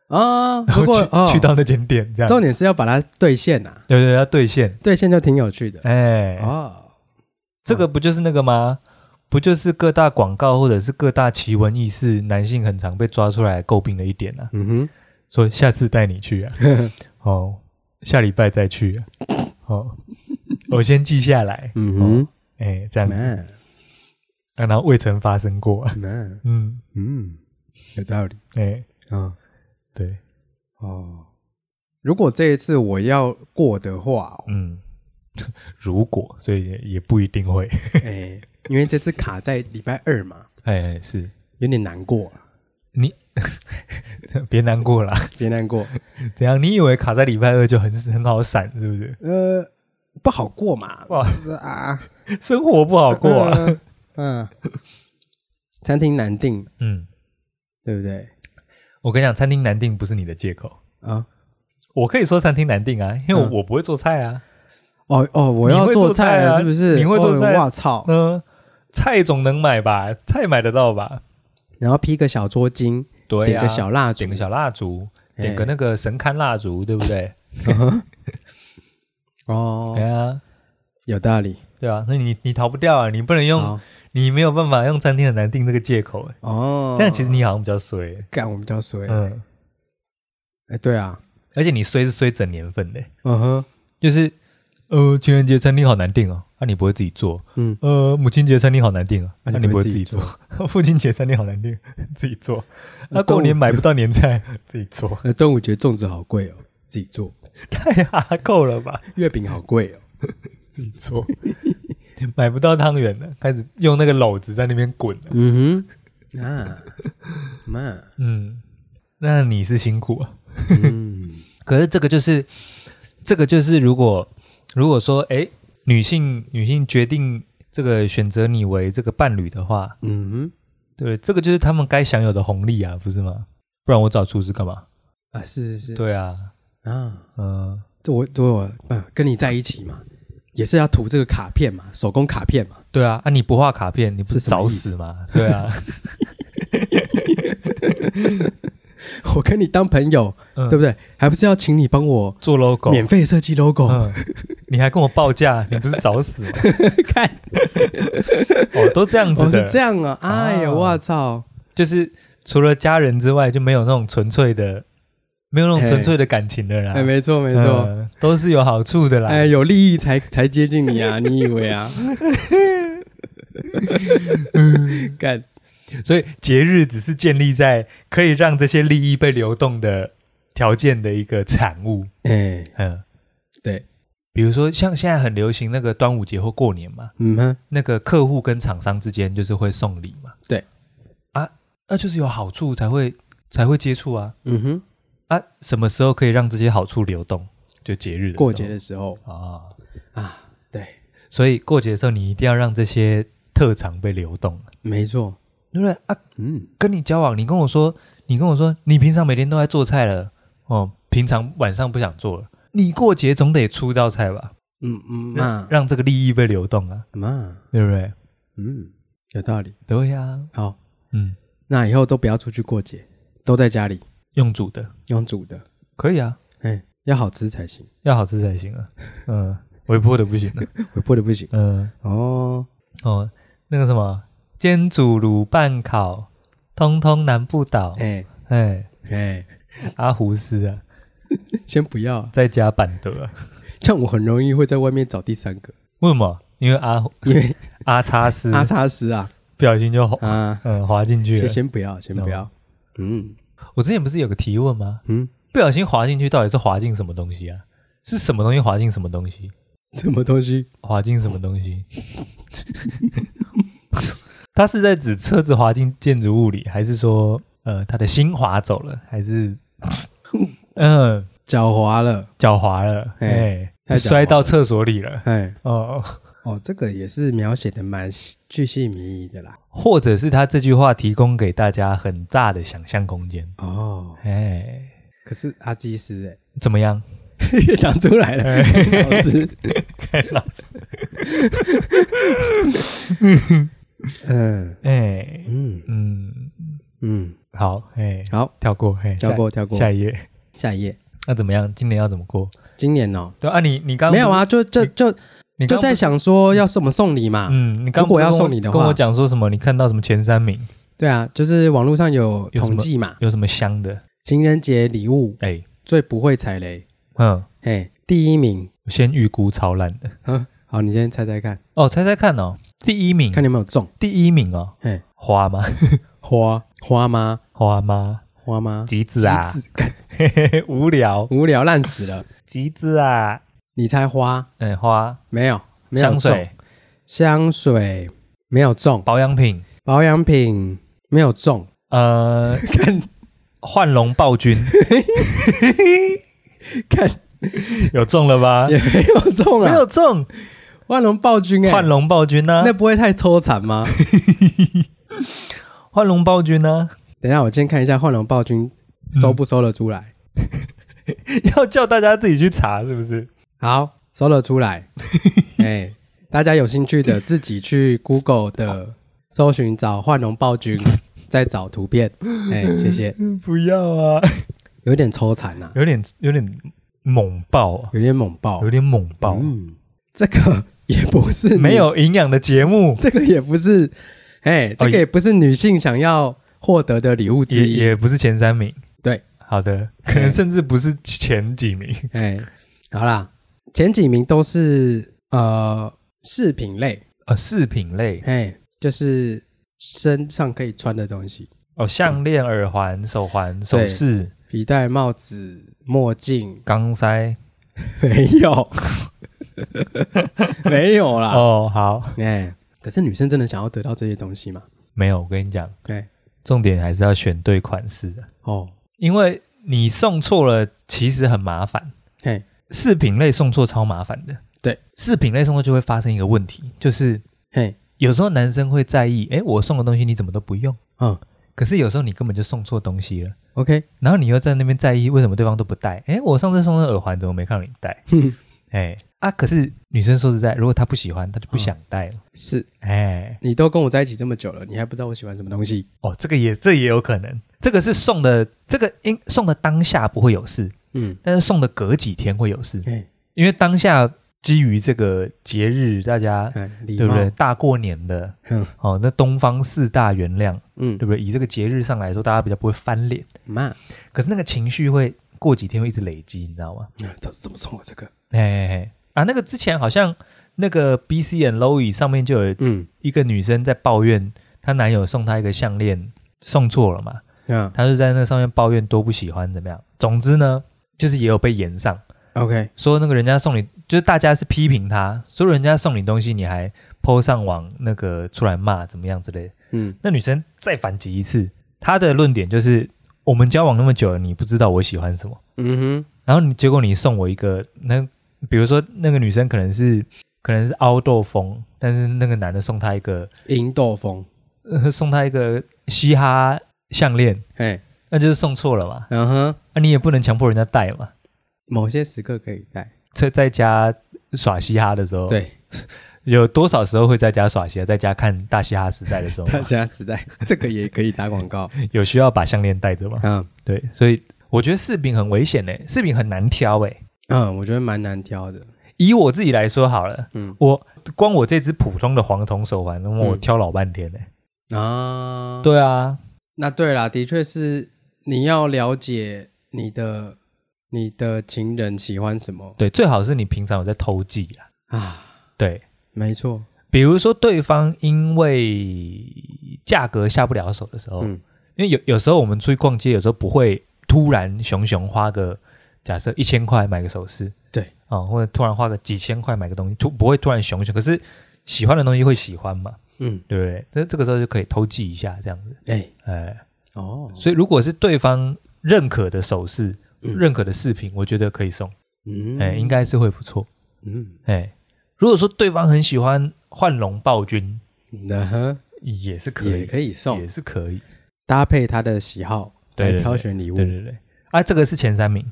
[SPEAKER 2] 啊，
[SPEAKER 1] 然
[SPEAKER 2] 不
[SPEAKER 1] 后 去、
[SPEAKER 2] 过哦
[SPEAKER 1] 去到那间店，这样，
[SPEAKER 2] 重点是要把它兑现啊呐，
[SPEAKER 1] 对对，要兑现，
[SPEAKER 2] 兑现就挺有趣的。
[SPEAKER 1] 哎，
[SPEAKER 2] 哦，
[SPEAKER 1] 这个不就是那个吗？不就是各大广告或者是各大奇闻异事，男性很常被抓出来诟病的一点啊？
[SPEAKER 2] 嗯
[SPEAKER 1] 说下次带你去啊，
[SPEAKER 2] 哼，
[SPEAKER 1] 哦，下礼拜再去啊，哦，我先记下来，
[SPEAKER 2] 嗯哼
[SPEAKER 1] 哎，这样子，
[SPEAKER 2] ，man
[SPEAKER 1] 啊然后未曾发生过啊，
[SPEAKER 2] man，
[SPEAKER 1] 嗯，
[SPEAKER 2] 嗯，有道理
[SPEAKER 1] 哎，
[SPEAKER 2] 啊。
[SPEAKER 1] 对，
[SPEAKER 2] 哦，如果这一次我要过 的话，
[SPEAKER 1] 嗯，如果，所以也也不一定会，
[SPEAKER 2] 哎，因为这次卡在礼拜二嘛，
[SPEAKER 1] 哎，哎是
[SPEAKER 2] 有点难过啊，
[SPEAKER 1] 你别难过啦，
[SPEAKER 2] 别难过，
[SPEAKER 1] 怎样？你以为卡在礼拜二就很很好闪，是不是？
[SPEAKER 2] 呃，不好过嘛，
[SPEAKER 1] 哇
[SPEAKER 2] 啊，
[SPEAKER 1] 生活不好过 啊，
[SPEAKER 2] 嗯，嗯，餐厅难订，
[SPEAKER 1] 嗯。
[SPEAKER 2] 对不对？
[SPEAKER 1] 我跟你讲，餐厅难订不是你的借口。
[SPEAKER 2] 啊，
[SPEAKER 1] 我可以说餐厅难订啊，因为
[SPEAKER 2] 嗯
[SPEAKER 1] 我不会做菜啊。
[SPEAKER 2] 哦哦，我要
[SPEAKER 1] 你会做
[SPEAKER 2] 做菜
[SPEAKER 1] 菜
[SPEAKER 2] 了，
[SPEAKER 1] 啊
[SPEAKER 2] 是不是？
[SPEAKER 1] 你会做菜
[SPEAKER 2] 哦哇操！
[SPEAKER 1] 那、菜总能买吧？菜买得到吧？
[SPEAKER 2] 然后披个小桌巾，
[SPEAKER 1] 对
[SPEAKER 2] 点
[SPEAKER 1] 呀、
[SPEAKER 2] 个小蜡烛，
[SPEAKER 1] 点个小蜡烛，
[SPEAKER 2] 哎
[SPEAKER 1] 点个那个神龛蜡烛，对不对？对
[SPEAKER 2] 哦，
[SPEAKER 1] 啊，
[SPEAKER 2] 有道理。
[SPEAKER 1] 对啊，那你你逃不掉啊，你不能用，
[SPEAKER 2] 好
[SPEAKER 1] 你没有办法用餐厅很难订这个借口、欸。
[SPEAKER 2] 哦，
[SPEAKER 1] 这样其实你好像比较衰，欸
[SPEAKER 2] 干我们叫谁？
[SPEAKER 1] 嗯，
[SPEAKER 2] 哎，对啊，
[SPEAKER 1] 而且你衰是衰整年份的、欸
[SPEAKER 2] 嗯哼，
[SPEAKER 1] 就是呃情人节餐厅好难订哦，那、你不会自己做，
[SPEAKER 2] 嗯，
[SPEAKER 1] 呃，母亲节餐厅好难订啊，那、
[SPEAKER 2] 啊
[SPEAKER 1] 你
[SPEAKER 2] 你
[SPEAKER 1] 不
[SPEAKER 2] 不
[SPEAKER 1] 会
[SPEAKER 2] 会
[SPEAKER 1] 自
[SPEAKER 2] 自
[SPEAKER 1] 己
[SPEAKER 2] 己
[SPEAKER 1] 做
[SPEAKER 2] 做？
[SPEAKER 1] 父亲节餐厅好难订， 自己做。那、
[SPEAKER 2] 那
[SPEAKER 1] 过
[SPEAKER 2] 过
[SPEAKER 1] 年
[SPEAKER 2] 年
[SPEAKER 1] 买不到年菜， 自己做，
[SPEAKER 2] 呃，端午节粽子好贵哦，自己做；
[SPEAKER 1] 太哈哎够了吧？
[SPEAKER 2] 月饼好贵哦，
[SPEAKER 1] 自己做， 买不到汤圆了，开始用那个篓子在那边滚了。
[SPEAKER 2] 嗯哼， 啊，妈，
[SPEAKER 1] 嗯，那你是辛苦啊。
[SPEAKER 2] 嗯，
[SPEAKER 1] 可是这个就是，这个就是如果如果说，哎，女性女性决定这个选择你为这个伴侣的话，
[SPEAKER 2] 嗯哼，
[SPEAKER 1] 对，这个就是他们该享有的红利啊，不是吗？不然我找厨师干嘛？
[SPEAKER 2] 啊，是是是，
[SPEAKER 1] 对啊，
[SPEAKER 2] 啊，
[SPEAKER 1] 嗯。
[SPEAKER 2] 这我这我嗯跟你在一起嘛，也是要涂这个卡片嘛，手工卡片嘛，
[SPEAKER 1] 对啊，啊你不画卡片，你不是
[SPEAKER 2] 是什么
[SPEAKER 1] 找
[SPEAKER 2] 意思
[SPEAKER 1] 死吗？ 对 啊，
[SPEAKER 2] 我跟你当朋友，
[SPEAKER 1] 嗯
[SPEAKER 2] 对不对？还不是要请你帮我
[SPEAKER 1] 做 logo，
[SPEAKER 2] 免费设计 logo？、
[SPEAKER 1] 嗯，你还跟我报价，你不是找死吗？
[SPEAKER 2] 看，
[SPEAKER 1] 哦，都这样
[SPEAKER 2] 我、
[SPEAKER 1] 子
[SPEAKER 2] 哦、
[SPEAKER 1] 的，
[SPEAKER 2] 是这样啊，哎呀，
[SPEAKER 1] 啊
[SPEAKER 2] 我操，
[SPEAKER 1] 就是除了家人之外，就没有那种纯粹的，没有那种纯粹的感情的啦。
[SPEAKER 2] 哎，没错没
[SPEAKER 1] 嗯
[SPEAKER 2] 错，
[SPEAKER 1] 都是有好处的啦。
[SPEAKER 2] 哎，有利益才才接近你啊，你以为啊？ 干，
[SPEAKER 1] 所以节日只是建立在可以让这些利益被流动的条件的一个产物。
[SPEAKER 2] 哎，
[SPEAKER 1] 嗯，
[SPEAKER 2] 对，
[SPEAKER 1] 比如说像现在很流行那个端午节或过年嘛，
[SPEAKER 2] 嗯哼，
[SPEAKER 1] 那个客户跟厂商之间就是会送礼嘛。
[SPEAKER 2] 对，
[SPEAKER 1] 啊，那、就是有好处才会才会接触啊
[SPEAKER 2] 嗯哼，
[SPEAKER 1] 啊！什么时候可以让这些好处流动？就节日的时候
[SPEAKER 2] 过节的时候
[SPEAKER 1] 啊，
[SPEAKER 2] 啊，对，
[SPEAKER 1] 所以过节的时候你一定要让这些特长被流动，
[SPEAKER 2] 没错，
[SPEAKER 1] 对不对啊？
[SPEAKER 2] 嗯，
[SPEAKER 1] 跟你交往，你跟我说，你跟我说，你平常每天都在做菜了，哦，平常晚上不想做了，你过节总得出道菜吧？
[SPEAKER 2] 嗯嗯
[SPEAKER 1] 让
[SPEAKER 2] 嘛
[SPEAKER 1] 让这个利益被流动啊，
[SPEAKER 2] 嘛，
[SPEAKER 1] 对不对？
[SPEAKER 2] 嗯，有道理。
[SPEAKER 1] 对呀、
[SPEAKER 2] 好，
[SPEAKER 1] 嗯，
[SPEAKER 2] 那以后都不要出去过节，都在家里
[SPEAKER 1] 用煮的
[SPEAKER 2] 用煮的，
[SPEAKER 1] 可以啊，
[SPEAKER 2] 哎，要好吃才行，
[SPEAKER 1] 要好吃才行啊。嗯，微波的不 行啊。
[SPEAKER 2] 微波的不行。
[SPEAKER 1] 嗯，
[SPEAKER 2] 哦，
[SPEAKER 1] 哦，那个什么，煎煮卤拌烤，通通难不倒。
[SPEAKER 2] 哎
[SPEAKER 1] 哎，
[SPEAKER 2] 哎，
[SPEAKER 1] 阿胡斯啊，
[SPEAKER 2] 先不要啊，
[SPEAKER 1] 再加板德、啊。
[SPEAKER 2] 这样我很容易会在外面找第三个，
[SPEAKER 1] 为什么？因为 阿
[SPEAKER 2] 因为
[SPEAKER 1] 阿叉斯
[SPEAKER 2] 阿叉师啊
[SPEAKER 1] 不小心就滑
[SPEAKER 2] 啊，
[SPEAKER 1] 嗯滑进去
[SPEAKER 2] 先
[SPEAKER 1] 了。
[SPEAKER 2] 先不要，先不要。嗯
[SPEAKER 1] 我之前不是有个提问吗？
[SPEAKER 2] 嗯，
[SPEAKER 1] 不小心滑进去到底是滑进什么东西啊？是什么东西滑进什么东西？
[SPEAKER 2] 什么东西？
[SPEAKER 1] 滑进什么东西？ 他是在指车子滑进建筑物里，还是说呃他的心滑走了，还是嗯
[SPEAKER 2] 狡猾了，
[SPEAKER 1] 脚滑了，
[SPEAKER 2] 哎
[SPEAKER 1] 哎、
[SPEAKER 2] 太狡猾
[SPEAKER 1] 摔到厕所里了
[SPEAKER 2] 哎
[SPEAKER 1] 哦？
[SPEAKER 2] 哦，这个也是描写的蛮细巨细靡遗的啦。
[SPEAKER 1] 或者是他这句话提供给大家很大的想象空间？
[SPEAKER 2] 哦，
[SPEAKER 1] 哎，
[SPEAKER 2] 可是阿基斯哎、
[SPEAKER 1] 怎么样？
[SPEAKER 2] 讲出来了，老师，
[SPEAKER 1] 哎老师，
[SPEAKER 2] 嗯
[SPEAKER 1] 哎，
[SPEAKER 2] 嗯
[SPEAKER 1] 嗯，
[SPEAKER 2] 嗯，
[SPEAKER 1] 好，哎，
[SPEAKER 2] 好，
[SPEAKER 1] 跳过，哎，
[SPEAKER 2] 跳过跳
[SPEAKER 1] 下，
[SPEAKER 2] 过，
[SPEAKER 1] 下一页。
[SPEAKER 2] 下一页。
[SPEAKER 1] 那怎么样？今年要怎么过？
[SPEAKER 2] 今年哦，
[SPEAKER 1] 对啊，你你刚刚
[SPEAKER 2] 没有
[SPEAKER 1] 不是？
[SPEAKER 2] 啊，就就就
[SPEAKER 1] 你刚
[SPEAKER 2] 就
[SPEAKER 1] 不
[SPEAKER 2] 在想说要什么送礼嘛？
[SPEAKER 1] 嗯，你刚
[SPEAKER 2] 啊如果
[SPEAKER 1] 不是
[SPEAKER 2] 要
[SPEAKER 1] 跟我
[SPEAKER 2] 送你的
[SPEAKER 1] 跟
[SPEAKER 2] 话
[SPEAKER 1] 我讲说什么？你看到什么前三名
[SPEAKER 2] 对啊，就是网络上有
[SPEAKER 1] 有什么
[SPEAKER 2] 统计嘛，
[SPEAKER 1] 有什么香的？
[SPEAKER 2] 情人节礼物
[SPEAKER 1] 哎，
[SPEAKER 2] 最不会踩雷，
[SPEAKER 1] 嗯，
[SPEAKER 2] 嘿，第一名，
[SPEAKER 1] 我先预估超烂的。
[SPEAKER 2] 呵好，你先猜猜看，
[SPEAKER 1] 哦，猜猜看哦，第一名，
[SPEAKER 2] 看你有没有中，
[SPEAKER 1] 第一名哦，
[SPEAKER 2] 嘿，
[SPEAKER 1] 花吗？
[SPEAKER 2] 花花吗？
[SPEAKER 1] 花吗？
[SPEAKER 2] 花吗？
[SPEAKER 1] 橘子啊，
[SPEAKER 2] 橘子干
[SPEAKER 1] 无聊，
[SPEAKER 2] 无聊烂死了，
[SPEAKER 1] 橘子啊，
[SPEAKER 2] 你猜花
[SPEAKER 1] 哎，花，
[SPEAKER 2] 没有？没有
[SPEAKER 1] 香
[SPEAKER 2] 中，
[SPEAKER 1] 水、
[SPEAKER 2] 香水没有中，
[SPEAKER 1] 保养品，
[SPEAKER 2] 保养品没有中，
[SPEAKER 1] 呃，
[SPEAKER 2] 看
[SPEAKER 1] 幻龙暴君
[SPEAKER 2] 看
[SPEAKER 1] 有中了吧？
[SPEAKER 2] 也啊没有中
[SPEAKER 1] 没
[SPEAKER 2] 啊，
[SPEAKER 1] 有中，
[SPEAKER 2] 万龙暴君哎、
[SPEAKER 1] 幻龙暴君啊呢
[SPEAKER 2] 那？不会太抽惨吗？
[SPEAKER 1] 幻龙暴君啊呢？
[SPEAKER 2] 等一下，我先看一下幻龙暴君收不收得出来。
[SPEAKER 1] 要叫大家自己去查是不是？
[SPEAKER 2] 好，收了出 来。哎、大家有兴趣的自己去 Google 的搜寻找幻龙暴君，再找图片。哎、谢谢。
[SPEAKER 1] 不要啊，
[SPEAKER 2] 有点抽惨呐、啊，
[SPEAKER 1] 有点有点猛爆啊，
[SPEAKER 2] 有点猛爆
[SPEAKER 1] 有，点猛爆，
[SPEAKER 2] 哦嗯，这个也不是女
[SPEAKER 1] 没有，营养的节目
[SPEAKER 2] 这个也不是，哎、这个也不是女性想要获得的礼物
[SPEAKER 1] 哦也
[SPEAKER 2] 之一。
[SPEAKER 1] 也不是前三名。
[SPEAKER 2] 对，
[SPEAKER 1] 好的，可能甚至不是前几名。
[SPEAKER 2] 哎、好啦，前几名都是呃饰品类，
[SPEAKER 1] 呃，饰品类
[SPEAKER 2] 哎，就是身上可以穿的东西，
[SPEAKER 1] 哦，项链、耳环、手环、首饰、
[SPEAKER 2] 皮带、帽子、墨镜，
[SPEAKER 1] 钢塞。
[SPEAKER 2] 没有， 没有啦。
[SPEAKER 1] 哦，好，
[SPEAKER 2] 哎，可是女生真的想要得到这些东西吗？
[SPEAKER 1] 没有，我跟你讲，
[SPEAKER 2] 哎，
[SPEAKER 1] 重点还是要选对款式啊，
[SPEAKER 2] 哦，
[SPEAKER 1] 因为你送错了，其实很麻烦。
[SPEAKER 2] 嘿，
[SPEAKER 1] 饰品类送错超麻烦的。
[SPEAKER 2] 对，
[SPEAKER 1] 饰品类送错就会发生一个问题，就是
[SPEAKER 2] 嘿，
[SPEAKER 1] 有时候男生会在意，哎，我送的东西你怎么都不用？
[SPEAKER 2] 嗯
[SPEAKER 1] 可是有时候你根本就送错东西了，
[SPEAKER 2] ，OK，
[SPEAKER 1] 然后你又在那边在意为什么对方都不戴？哎，我上次送的耳环怎么没看到你 戴？
[SPEAKER 2] 哼
[SPEAKER 1] 哎啊，可是女生说实在，如果她不喜欢，她就不想戴了。
[SPEAKER 2] 是
[SPEAKER 1] 哎、
[SPEAKER 2] 你都跟我在一起这么久了，你还不知道我喜欢什么东西？
[SPEAKER 1] 哦，这个也这也有可能，这个是送的，这个应送的当下不会有事，
[SPEAKER 2] 嗯，
[SPEAKER 1] 但是送的隔几天会有事，
[SPEAKER 2] 哎，
[SPEAKER 1] 因为当下基于这个节日，大家
[SPEAKER 2] 哎，礼
[SPEAKER 1] 对不
[SPEAKER 2] 貌，
[SPEAKER 1] 对？大过年的
[SPEAKER 2] 嗯
[SPEAKER 1] 哦，那东方四大原谅，
[SPEAKER 2] 嗯
[SPEAKER 1] 对，不对？以这个节日上来说，大家比较不会翻脸，
[SPEAKER 2] 妈，
[SPEAKER 1] 可是那个情绪会过几天会一直累积，你知道吗？
[SPEAKER 2] 啊都是怎么送我这个？
[SPEAKER 1] 哎哎哎啊，那个之前好像那个 B C and Lowy 上面就有
[SPEAKER 2] 嗯，
[SPEAKER 1] 一个女生在抱怨她男友送她一个项链送错了嘛，
[SPEAKER 2] 啊
[SPEAKER 1] 她就在那上面抱怨多不喜欢怎么样。总之呢，就是也有被延上，
[SPEAKER 2] ，OK，
[SPEAKER 1] 说那个人家送你，就是大家是批评她，说人家送你东西你还 PO 上网那个出来骂怎么样之类的。
[SPEAKER 2] 嗯，
[SPEAKER 1] 那女生再反击一次，她的论点就是我们交往那么久了，你不知道我喜欢什么，
[SPEAKER 2] 嗯
[SPEAKER 1] 然后你结果你送我一个那，比如说那个女生可能是可能是凹豆风，但是那个男的送她一个。
[SPEAKER 2] 哼，银豆风，
[SPEAKER 1] 呃送他一个嘻哈项链，
[SPEAKER 2] 哎，
[SPEAKER 1] 那就是送错了嘛。
[SPEAKER 2] 嗯哼，
[SPEAKER 1] 那、你也不能强迫人家戴嘛。
[SPEAKER 2] 某些时刻可以戴，
[SPEAKER 1] 在在家耍嘻哈的时候，，
[SPEAKER 2] 对，
[SPEAKER 1] 有多少时候会在家耍嘻哈？在家看大嘻哈时代的时 候嘛
[SPEAKER 2] 大，家只戴这个也可以打广告，
[SPEAKER 1] 有需要把项链戴着吗？
[SPEAKER 2] 嗯
[SPEAKER 1] 对，所以我觉得饰品很危险呢、饰品很难挑欸诶、
[SPEAKER 2] 嗯，我觉得蛮难挑的，
[SPEAKER 1] 以我自己来说好了，
[SPEAKER 2] 嗯
[SPEAKER 1] 我光我这只普通的黄铜手环，我挑老半天呢、
[SPEAKER 2] 啊，，
[SPEAKER 1] 对啊，
[SPEAKER 2] 那对啦，的确是你要了解你的你的情人喜欢什么
[SPEAKER 1] 对，最好是你平常有在偷记啊。
[SPEAKER 2] 啊，
[SPEAKER 1] 对，
[SPEAKER 2] 没错，
[SPEAKER 1] 比如说对方因为价格下不了手的时候，
[SPEAKER 2] 嗯
[SPEAKER 1] 因为有有时候我们出去逛街，有时候不会突然熊熊花个假设一千块买个首饰，
[SPEAKER 2] 对
[SPEAKER 1] 啊、或者突然花个几千块买个东西，突不会突然熊熊，可是喜欢的东西会喜欢嘛，
[SPEAKER 2] 嗯，
[SPEAKER 1] 对不对？那这个时候就可以偷记一下这样子，
[SPEAKER 2] 哎，
[SPEAKER 1] 哎，
[SPEAKER 2] 哦，
[SPEAKER 1] 所以如果是对方认可的首饰、
[SPEAKER 2] 嗯
[SPEAKER 1] 认可的饰品，我觉得可以送，
[SPEAKER 2] 嗯
[SPEAKER 1] 哎，应，该是会不错，
[SPEAKER 2] 嗯，
[SPEAKER 1] 哎，如果说对方很喜欢幻龙暴君，
[SPEAKER 2] 那哼，
[SPEAKER 1] 也是可以
[SPEAKER 2] 也，可以送
[SPEAKER 1] 也，是可以。
[SPEAKER 2] 搭配他的喜好
[SPEAKER 1] 对对
[SPEAKER 2] 来
[SPEAKER 1] 对
[SPEAKER 2] 挑选礼物
[SPEAKER 1] 对，对对，啊，这个是前三名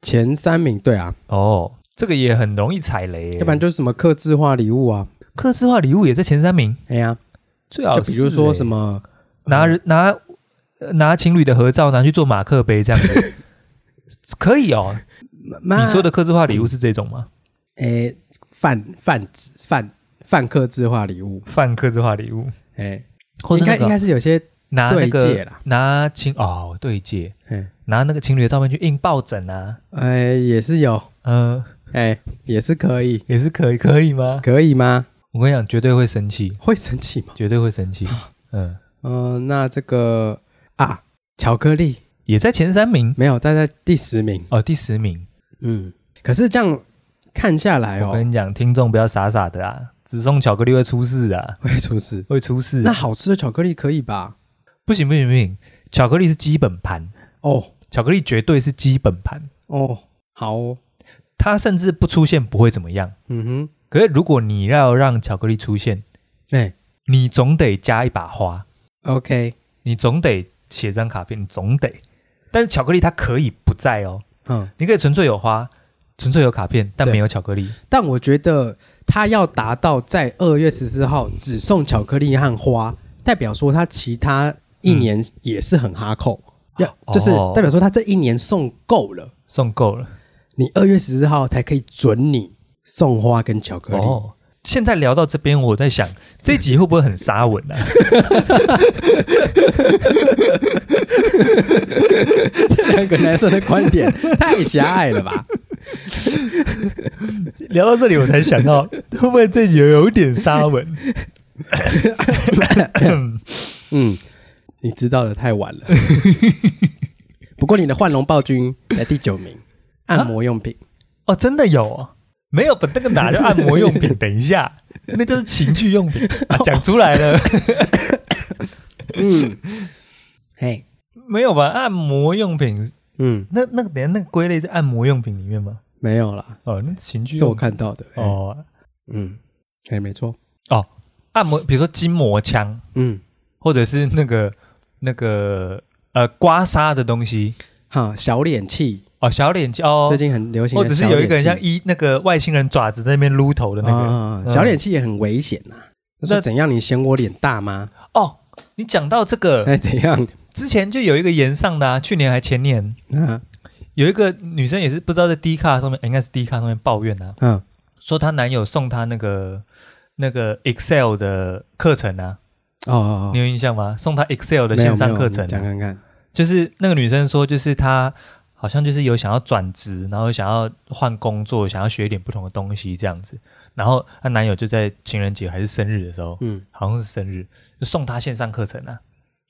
[SPEAKER 2] 前三名对啊，
[SPEAKER 1] 哦，这个也很容易踩雷耶。
[SPEAKER 2] 要不然就是什么客制化礼物啊，
[SPEAKER 1] 刻字化礼物也在前三名，
[SPEAKER 2] 哎呀，
[SPEAKER 1] 最好
[SPEAKER 2] 就比如
[SPEAKER 1] 哦是
[SPEAKER 2] 说
[SPEAKER 1] 耶
[SPEAKER 2] 什么
[SPEAKER 1] 拿人拿呃拿情侣的合照拿去做马克杯这样 的，可以哦。
[SPEAKER 2] 你嗯
[SPEAKER 1] 你说的刻字化礼物是这种吗？
[SPEAKER 2] 诶，泛泛指泛泛客制化礼物，
[SPEAKER 1] 泛客制化礼物，
[SPEAKER 2] 哎，
[SPEAKER 1] 或是
[SPEAKER 2] 应
[SPEAKER 1] 那
[SPEAKER 2] 该应
[SPEAKER 1] 个
[SPEAKER 2] 该是有些，
[SPEAKER 1] 拿那
[SPEAKER 2] 对戒
[SPEAKER 1] 个
[SPEAKER 2] 啦
[SPEAKER 1] 拿情哦对戒，
[SPEAKER 2] 哎
[SPEAKER 1] 拿那个情侣的照片去印抱枕啊，
[SPEAKER 2] 哎也是有，
[SPEAKER 1] 嗯、
[SPEAKER 2] 哎也是可以，
[SPEAKER 1] 也是可以，可以吗？
[SPEAKER 2] 可以吗？
[SPEAKER 1] 我跟你讲，绝对会生气，
[SPEAKER 2] 会生气吗？
[SPEAKER 1] 绝对会生气，嗯，
[SPEAKER 2] 嗯、那这个啊，巧克力
[SPEAKER 1] 也在前三名
[SPEAKER 2] 没有，大概第十名，
[SPEAKER 1] 哦，第十名。
[SPEAKER 2] 嗯，可是这样看下来
[SPEAKER 1] 我
[SPEAKER 2] 哦，
[SPEAKER 1] 跟你讲，听众不要傻傻的啊，只送巧克力会出事的啊，
[SPEAKER 2] 会出事。
[SPEAKER 1] 会出事、
[SPEAKER 2] 那
[SPEAKER 1] 啊。
[SPEAKER 2] 好吃的巧克力可以吧？
[SPEAKER 1] 不行不行不行，巧克力是基本盘，
[SPEAKER 2] 哦
[SPEAKER 1] 巧克力绝对是基本盘，
[SPEAKER 2] 哦，好哦，
[SPEAKER 1] 它甚至不出现不会怎么样。
[SPEAKER 2] 嗯
[SPEAKER 1] 可是如果你要让巧克力出现，
[SPEAKER 2] 哼，哎
[SPEAKER 1] 你总得加一把花，
[SPEAKER 2] ，OK，
[SPEAKER 1] 你总得写张卡片，你总得。但是巧克力它可以不在哦，
[SPEAKER 2] 嗯，
[SPEAKER 1] 你可以纯粹有花，纯粹有卡片，但
[SPEAKER 2] 对
[SPEAKER 1] 没有巧克力。
[SPEAKER 2] 但我觉得他要达到在二月十四号只送巧克力和花，代表说他其他一年也是很哈扣，要就是
[SPEAKER 1] 哦
[SPEAKER 2] 代表说他这一年送够了，
[SPEAKER 1] 送够了
[SPEAKER 2] 你二月十四号才可以准你送花跟巧克力。
[SPEAKER 1] 哦。现在聊到这边，我在想这集会不会很沙文啊？
[SPEAKER 2] 这两个男生的观点太狭隘了吧？
[SPEAKER 1] 聊到这里，我才想到，会不会这集有点沙文？
[SPEAKER 2] 嗯，你知道的太晚了。 不过你的幻龙暴君在第九名，按摩用品。
[SPEAKER 1] 哦，真的有、哦？没有，把那个拿叫按摩用品。等一下，那就是情趣用品。 啊、讲出来了，
[SPEAKER 2] 嗯， 嘿，
[SPEAKER 1] 没有吧？按摩用品，
[SPEAKER 2] 嗯，
[SPEAKER 1] 那那个等一下那个归类在按摩用品里面吗？
[SPEAKER 2] 没有啦，
[SPEAKER 1] 哦，那情趣
[SPEAKER 2] 是我
[SPEAKER 1] 用品
[SPEAKER 2] 看到的。哦，
[SPEAKER 1] 哦，
[SPEAKER 2] 嗯，哎，没错。
[SPEAKER 1] 按摩，比如说筋膜枪，
[SPEAKER 2] 嗯，
[SPEAKER 1] 或者是那个 那个呃刮痧的东西
[SPEAKER 2] 哈，小脸器
[SPEAKER 1] 哦，小脸器哦
[SPEAKER 2] 最，近很流行
[SPEAKER 1] 或
[SPEAKER 2] 的
[SPEAKER 1] 者是
[SPEAKER 2] 小脸器，
[SPEAKER 1] 有一个人像一那个外星人爪子在那边撸头的那个。
[SPEAKER 2] 啊，
[SPEAKER 1] 嗯
[SPEAKER 2] 小脸器也很危险呐。
[SPEAKER 1] 那
[SPEAKER 2] 那怎样？你嫌我脸大吗？
[SPEAKER 1] 哦，你讲到这个，
[SPEAKER 2] 啊哎，怎样？
[SPEAKER 1] 之前就有一个延上的、啊，去年还前年
[SPEAKER 2] 啊，
[SPEAKER 1] 有一个女生也是不知道在 D 卡上面，哎应该是 D 卡上面抱怨啊，
[SPEAKER 2] 嗯，
[SPEAKER 1] 说她男友送她那个那个 Excel 的课程啊，
[SPEAKER 2] 哦哦
[SPEAKER 1] 你
[SPEAKER 2] 哦，
[SPEAKER 1] 有印象吗？送她 Excel 的
[SPEAKER 2] 没有
[SPEAKER 1] 线上
[SPEAKER 2] 没有
[SPEAKER 1] 课程啊、
[SPEAKER 2] 讲看看。
[SPEAKER 1] 就是那个女生说，就是她好像就是有想要转职，然后想要换工作，想要学一点不同的东西这样子，然后她男友就在情人节还是生日的时候，
[SPEAKER 2] 嗯
[SPEAKER 1] 好像是生日，就送她线上课程啊，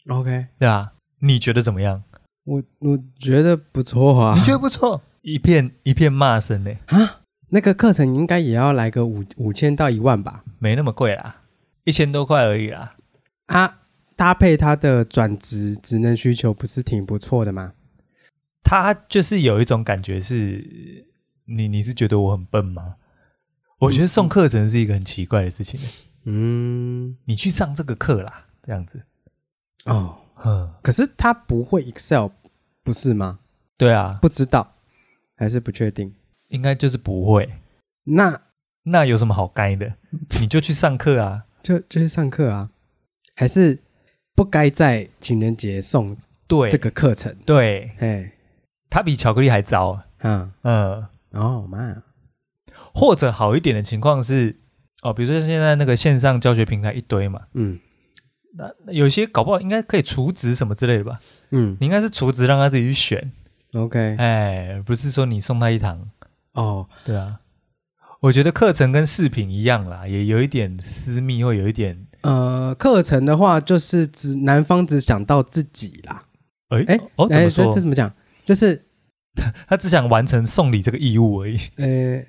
[SPEAKER 2] ，OK，
[SPEAKER 1] 对啊，你觉得怎么样？
[SPEAKER 2] 我我觉得不错啊。
[SPEAKER 1] 你觉得不错，一片一片骂声呢，
[SPEAKER 2] 啊，那个课程应该也要来个五五千到一万吧？
[SPEAKER 1] 没那么贵啦，一千多块而已啦。
[SPEAKER 2] 啊，搭配他的转职职能需求，不是挺不错的吗？
[SPEAKER 1] 他就是有一种感觉是，你你是觉得我很笨吗？我觉得送课程是一个很奇怪的事情，
[SPEAKER 2] 嗯，
[SPEAKER 1] 你去上这个课啦，这样子，
[SPEAKER 2] 哦，
[SPEAKER 1] 嗯，
[SPEAKER 2] 可是他不会 Excel，不是吗？
[SPEAKER 1] 对啊，
[SPEAKER 2] 不知道，还是不确定。
[SPEAKER 1] 应该就是不会，
[SPEAKER 2] 那
[SPEAKER 1] 那有什么好该 的？你就去上课啊，
[SPEAKER 2] 就就是上课啊，还是不该在情人节送
[SPEAKER 1] 对，
[SPEAKER 2] 这个课程？
[SPEAKER 1] 对，
[SPEAKER 2] 哎，
[SPEAKER 1] 它比巧克力还糟，
[SPEAKER 2] 啊，
[SPEAKER 1] 嗯，
[SPEAKER 2] 哦妈，
[SPEAKER 1] 或者好一点的情况是，哦，比如说现在那个线上教学平台一堆嘛。
[SPEAKER 2] 嗯
[SPEAKER 1] 那那有些搞不好应该可以除职什么之类的吧？
[SPEAKER 2] 嗯
[SPEAKER 1] 你应该是除职让他自己去选，
[SPEAKER 2] ，OK，
[SPEAKER 1] 哎，不是说你送他一堂，
[SPEAKER 2] 哦，
[SPEAKER 1] 对啊。我觉得课程跟视频一样啦，也有一点私密，或有一点，
[SPEAKER 2] 呃，课程的话就是只男方只想到自己啦。
[SPEAKER 1] 哎、
[SPEAKER 2] 哎、
[SPEAKER 1] 哦，怎
[SPEAKER 2] 哎
[SPEAKER 1] 么
[SPEAKER 2] 这
[SPEAKER 1] 说
[SPEAKER 2] 这？怎么讲？就是
[SPEAKER 1] 他只想完成送礼这个义务而已
[SPEAKER 2] 呃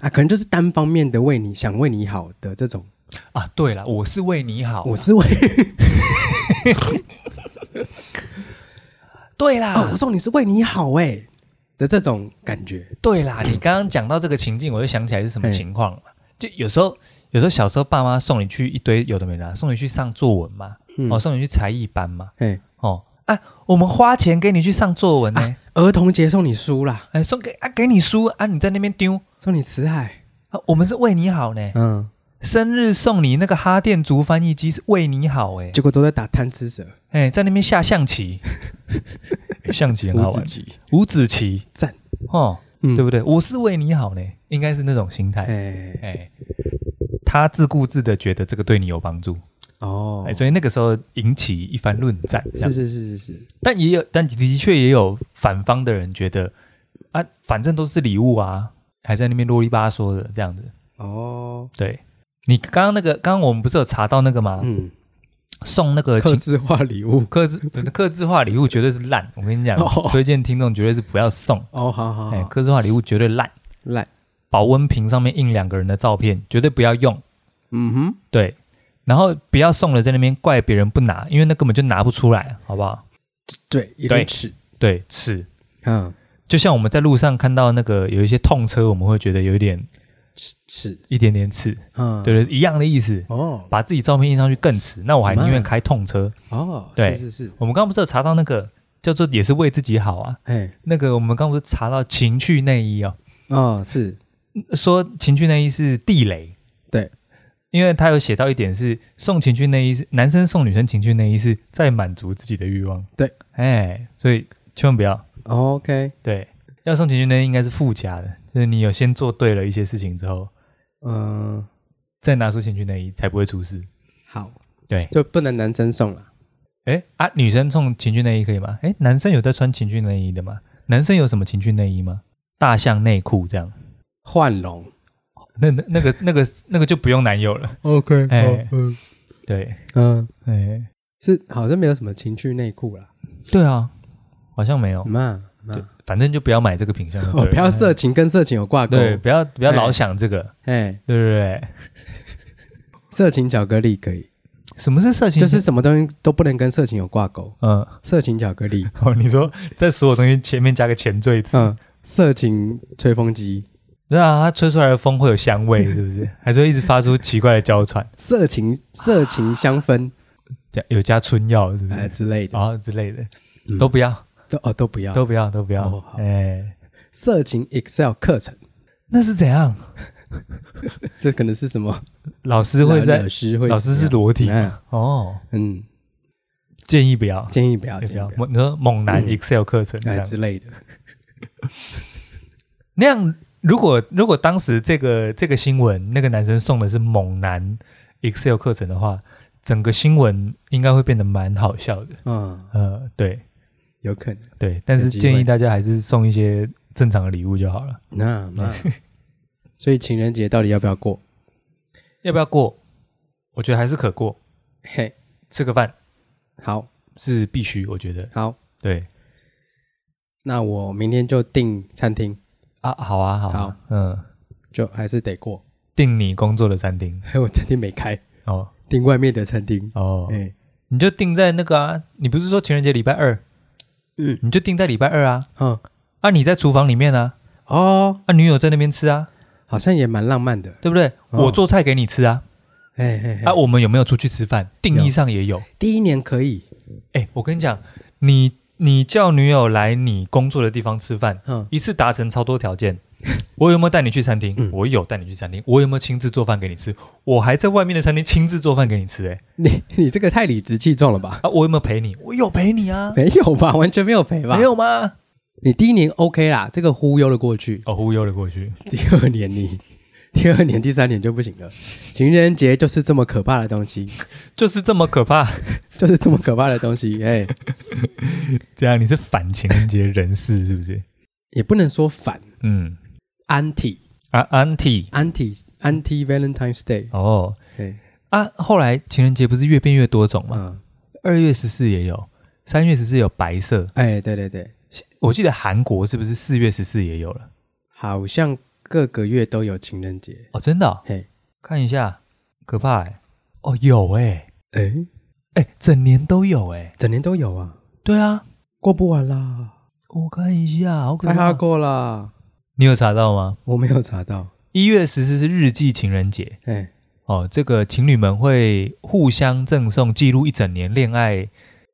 [SPEAKER 2] 啊，可能就是单方面的为你想为你好的这种，
[SPEAKER 1] 啊。对了，我是为你好，啊
[SPEAKER 2] 我是为
[SPEAKER 1] 对啦，
[SPEAKER 2] 啊，我送你是为你好哎、的这种感觉。
[SPEAKER 1] 对啦。你刚刚讲到这个情境，我就想起来是什么
[SPEAKER 2] 哎
[SPEAKER 1] 情况了。就有时候，有时候小时候爸妈送你去一堆有的没的啊，送你去上作文嘛，
[SPEAKER 2] 嗯，
[SPEAKER 1] 哦，送你去才艺班嘛，
[SPEAKER 2] 哎，
[SPEAKER 1] 哦，啊，我们花钱给你去上作文呢、
[SPEAKER 2] 啊儿童节送你书啦，
[SPEAKER 1] 哎，送给啊，给你书啊，你在那边丢
[SPEAKER 2] 送你辞海，
[SPEAKER 1] 啊，我们是为你好呢。
[SPEAKER 2] 嗯，
[SPEAKER 1] 生日送你那个哈电族翻译机是为你好哎，
[SPEAKER 2] 结果都在打贪吃蛇，
[SPEAKER 1] 哎，在那边下象棋，象棋很好
[SPEAKER 2] 我自
[SPEAKER 1] 玩，
[SPEAKER 2] 己，
[SPEAKER 1] 五子棋
[SPEAKER 2] 赞
[SPEAKER 1] 哦，
[SPEAKER 2] 嗯
[SPEAKER 1] 对不对？我是为你好呢，应该是那种心态。
[SPEAKER 2] 哎，
[SPEAKER 1] 哎，他自顾自的觉得这个对你有帮助，
[SPEAKER 2] 哦
[SPEAKER 1] 哎，，所以那个时候引起一番论战。这样
[SPEAKER 2] 是是是是是，
[SPEAKER 1] 但也有，但的确也有反方的人觉得啊，反正都是礼物啊，还在那边啰里吧嗦的这样子。
[SPEAKER 2] 哦，
[SPEAKER 1] 对你刚刚那个，刚刚我们不是有查到那个吗？
[SPEAKER 2] 嗯，
[SPEAKER 1] 送那个
[SPEAKER 2] 客
[SPEAKER 1] 情
[SPEAKER 2] 制化礼物，
[SPEAKER 1] 克制克制化礼物绝对是烂，我跟你讲，
[SPEAKER 2] 哦
[SPEAKER 1] 推荐听众绝对是不要送。
[SPEAKER 2] 哦，好好
[SPEAKER 1] 哎，
[SPEAKER 2] 好，
[SPEAKER 1] 克制化礼物绝对烂，
[SPEAKER 2] 来，
[SPEAKER 1] 保温瓶上面印两个人的照片，绝对不要用。
[SPEAKER 2] 嗯哼，
[SPEAKER 1] 对，然后不要送了，在那边怪别人不拿，因为那根本就拿不出来，好不好？
[SPEAKER 2] 对，一
[SPEAKER 1] 对
[SPEAKER 2] 根尺，
[SPEAKER 1] 对，是。
[SPEAKER 2] 嗯，
[SPEAKER 1] 就像我们在路上看到那个有一些痛车，我们会觉得有一点
[SPEAKER 2] 尺，
[SPEAKER 1] 一点点耻，
[SPEAKER 2] 嗯，，
[SPEAKER 1] 对对，一样的意思。
[SPEAKER 2] 哦，
[SPEAKER 1] 把自己照片印上去更耻，那我还宁愿开痛车。
[SPEAKER 2] 哦，
[SPEAKER 1] 对
[SPEAKER 2] 是是是，
[SPEAKER 1] 我们刚刚不是有查到那个叫做也是为自己好啊？
[SPEAKER 2] 哎，
[SPEAKER 1] 那个我们刚刚不是查到情趣内衣哦，
[SPEAKER 2] 哦，是，
[SPEAKER 1] 说情趣内衣是地雷，
[SPEAKER 2] 对，
[SPEAKER 1] 因为他有写到一点是送情趣内衣是男生送女生情趣内衣是在满足自己的欲望，
[SPEAKER 2] 对，
[SPEAKER 1] 哎，所以千万不要，
[SPEAKER 2] 哦 OK，
[SPEAKER 1] 对，要送情趣内衣应该是附加的，就是你有先做对了一些事情之后，
[SPEAKER 2] 嗯，
[SPEAKER 1] 再拿出情趣内衣才不会出事。
[SPEAKER 2] 好，
[SPEAKER 1] 对，
[SPEAKER 2] 就不能男生送了，
[SPEAKER 1] 哎啊，女生送情趣内衣可以吗？哎，男生有在穿情趣内衣的吗？男生有什么情趣内衣吗？大象内裤这样，
[SPEAKER 2] 换龙
[SPEAKER 1] 那那那个那个那个就不用男友了。
[SPEAKER 2] ，OK，
[SPEAKER 1] 哎
[SPEAKER 2] 嗯
[SPEAKER 1] 对，
[SPEAKER 2] 嗯，
[SPEAKER 1] 哎，
[SPEAKER 2] 是好像没有什么情趣内裤啦，
[SPEAKER 1] 对啊，好像没有。
[SPEAKER 2] 嘛，
[SPEAKER 1] 对
[SPEAKER 2] 嘛，
[SPEAKER 1] 反正就不要买这个品 相就对
[SPEAKER 2] 哦，
[SPEAKER 1] 了，
[SPEAKER 2] 嗯不要色情跟色情有挂钩，
[SPEAKER 1] 对，不要不要
[SPEAKER 2] 哎
[SPEAKER 1] 老想这个，
[SPEAKER 2] 哎，
[SPEAKER 1] 对对对。
[SPEAKER 2] 色情巧克力可以，
[SPEAKER 1] 什么是色情？
[SPEAKER 2] 就是什么东西都不能跟色情有挂钩，
[SPEAKER 1] 嗯，
[SPEAKER 2] 色情巧克力，
[SPEAKER 1] 哦，你说在所有东西前面加个前缀词，
[SPEAKER 2] 嗯，色情吹风机，
[SPEAKER 1] 对啊，它吹出来的风会有香 味，是不是？还是会一直发出奇怪的娇喘，
[SPEAKER 2] 色情色情香氛，
[SPEAKER 1] 加有加春药，是不
[SPEAKER 2] 哎
[SPEAKER 1] 是？
[SPEAKER 2] 之类的，
[SPEAKER 1] 然后之类的
[SPEAKER 2] 嗯
[SPEAKER 1] 都不要，
[SPEAKER 2] 都哦都不要，
[SPEAKER 1] 哦都不要，都不要
[SPEAKER 2] 哦。好
[SPEAKER 1] 哎，
[SPEAKER 2] 色情 Excel 课程，
[SPEAKER 1] 那是怎样？
[SPEAKER 2] 这可能是什么？
[SPEAKER 1] 老师会
[SPEAKER 2] 老
[SPEAKER 1] 在
[SPEAKER 2] 师会，
[SPEAKER 1] 老师是裸体
[SPEAKER 2] 嗯
[SPEAKER 1] 吗哦，
[SPEAKER 2] 嗯，
[SPEAKER 1] 建议不要，
[SPEAKER 2] 建议不要，
[SPEAKER 1] 也不
[SPEAKER 2] 建议
[SPEAKER 1] 要。
[SPEAKER 2] 不要，
[SPEAKER 1] 猛你说猛男
[SPEAKER 2] 嗯
[SPEAKER 1] Excel 课程这
[SPEAKER 2] 哎
[SPEAKER 1] 样
[SPEAKER 2] 之类的，
[SPEAKER 1] 那样，如果如果当时这个这个新闻那个男生送的是猛男 Excel 课程的话，整个新闻应该会变得蛮好笑的。
[SPEAKER 2] 嗯，
[SPEAKER 1] 呃，对
[SPEAKER 2] 有可能。
[SPEAKER 1] 对，但是
[SPEAKER 2] 有机会
[SPEAKER 1] 建议大家还是送一些正常的礼物就好了。
[SPEAKER 2] 那 那，所以情人节到底要不要过？
[SPEAKER 1] 要不要过？我觉得还是可过，
[SPEAKER 2] 嘿，
[SPEAKER 1] 吃个饭
[SPEAKER 2] 好
[SPEAKER 1] 是必须。我觉得
[SPEAKER 2] 好，
[SPEAKER 1] 对
[SPEAKER 2] 那我明天就订餐厅，
[SPEAKER 1] 啊，好啊，好啊，
[SPEAKER 2] 好
[SPEAKER 1] 嗯，
[SPEAKER 2] 就还是得过。
[SPEAKER 1] 订你工作的餐厅
[SPEAKER 2] 嘿，我餐厅没开，
[SPEAKER 1] 哦
[SPEAKER 2] 订外面的餐厅。
[SPEAKER 1] 哦，
[SPEAKER 2] 哎，
[SPEAKER 1] 你就定在那个啊，你不是说情人节礼拜二，
[SPEAKER 2] 嗯，
[SPEAKER 1] 你就定在礼拜二啊，
[SPEAKER 2] 嗯，
[SPEAKER 1] 啊，你在厨房里面啊，
[SPEAKER 2] 哦，
[SPEAKER 1] 啊，女友在那边吃啊，
[SPEAKER 2] 好像也蛮浪漫的。
[SPEAKER 1] 对不对？
[SPEAKER 2] 哦
[SPEAKER 1] 我做菜给你吃啊，
[SPEAKER 2] 哎哎
[SPEAKER 1] 啊，
[SPEAKER 2] 哎，
[SPEAKER 1] 我们有没有出去吃饭？定义
[SPEAKER 2] 有
[SPEAKER 1] 上也有。
[SPEAKER 2] 第一年可以，
[SPEAKER 1] 哎，我跟你讲，你你叫女友来你工作的地方吃饭，
[SPEAKER 2] 嗯，
[SPEAKER 1] 一次达成超多条 件。我有没有带你去餐厅？
[SPEAKER 2] 嗯
[SPEAKER 1] 我有带你去餐厅。我有没有亲自做饭给你吃？我还在外面的餐厅亲自做饭给你吃、哎，
[SPEAKER 2] 你你这个太理直气壮了吧？
[SPEAKER 1] 啊，我有没有陪你？我有陪你啊，
[SPEAKER 2] 没有吧，完全没有赔吧？
[SPEAKER 1] 没有吗？
[SPEAKER 2] 你第一年 OK 啦，这个忽悠了过去。
[SPEAKER 1] 哦，忽悠了过去。
[SPEAKER 2] 第二年你，第二年、第三年就不行了。情人节就是这么可怕的东西，
[SPEAKER 1] 就是这么可怕。
[SPEAKER 2] 就是这么可怕的东西。 哎，
[SPEAKER 1] 这样你是反情人节人士是不是？
[SPEAKER 2] 也不能说反
[SPEAKER 1] 嗯，
[SPEAKER 2] anti
[SPEAKER 1] 啊，anti
[SPEAKER 2] anti anti Valentine's Day。
[SPEAKER 1] 哦
[SPEAKER 2] 哎，
[SPEAKER 1] 啊，后来情人节不是越变越多种吗？
[SPEAKER 2] 嗯，
[SPEAKER 1] 二、月十四也有，三月十四有白色，
[SPEAKER 2] 哎，对对对，
[SPEAKER 1] 我记得韩国是不是四月十四也有了？
[SPEAKER 2] 好像各个月都有情人节。
[SPEAKER 1] 哦，真的哦、
[SPEAKER 2] 嘿，
[SPEAKER 1] 看一下，可怕哎、哦，有哎、
[SPEAKER 2] 哎，
[SPEAKER 1] 哎、整年都有哎、
[SPEAKER 2] 整年都有啊，
[SPEAKER 1] 对啊，
[SPEAKER 2] 过不完啦，
[SPEAKER 1] 我看一下，好可
[SPEAKER 2] 太
[SPEAKER 1] 怕。
[SPEAKER 2] 哈过啦，
[SPEAKER 1] 你有查到吗？
[SPEAKER 2] 我没有查到。
[SPEAKER 1] 一月十四是日记情人节
[SPEAKER 2] 哎，
[SPEAKER 1] 哦，这个情侣们会互相赠送记录一整年恋爱、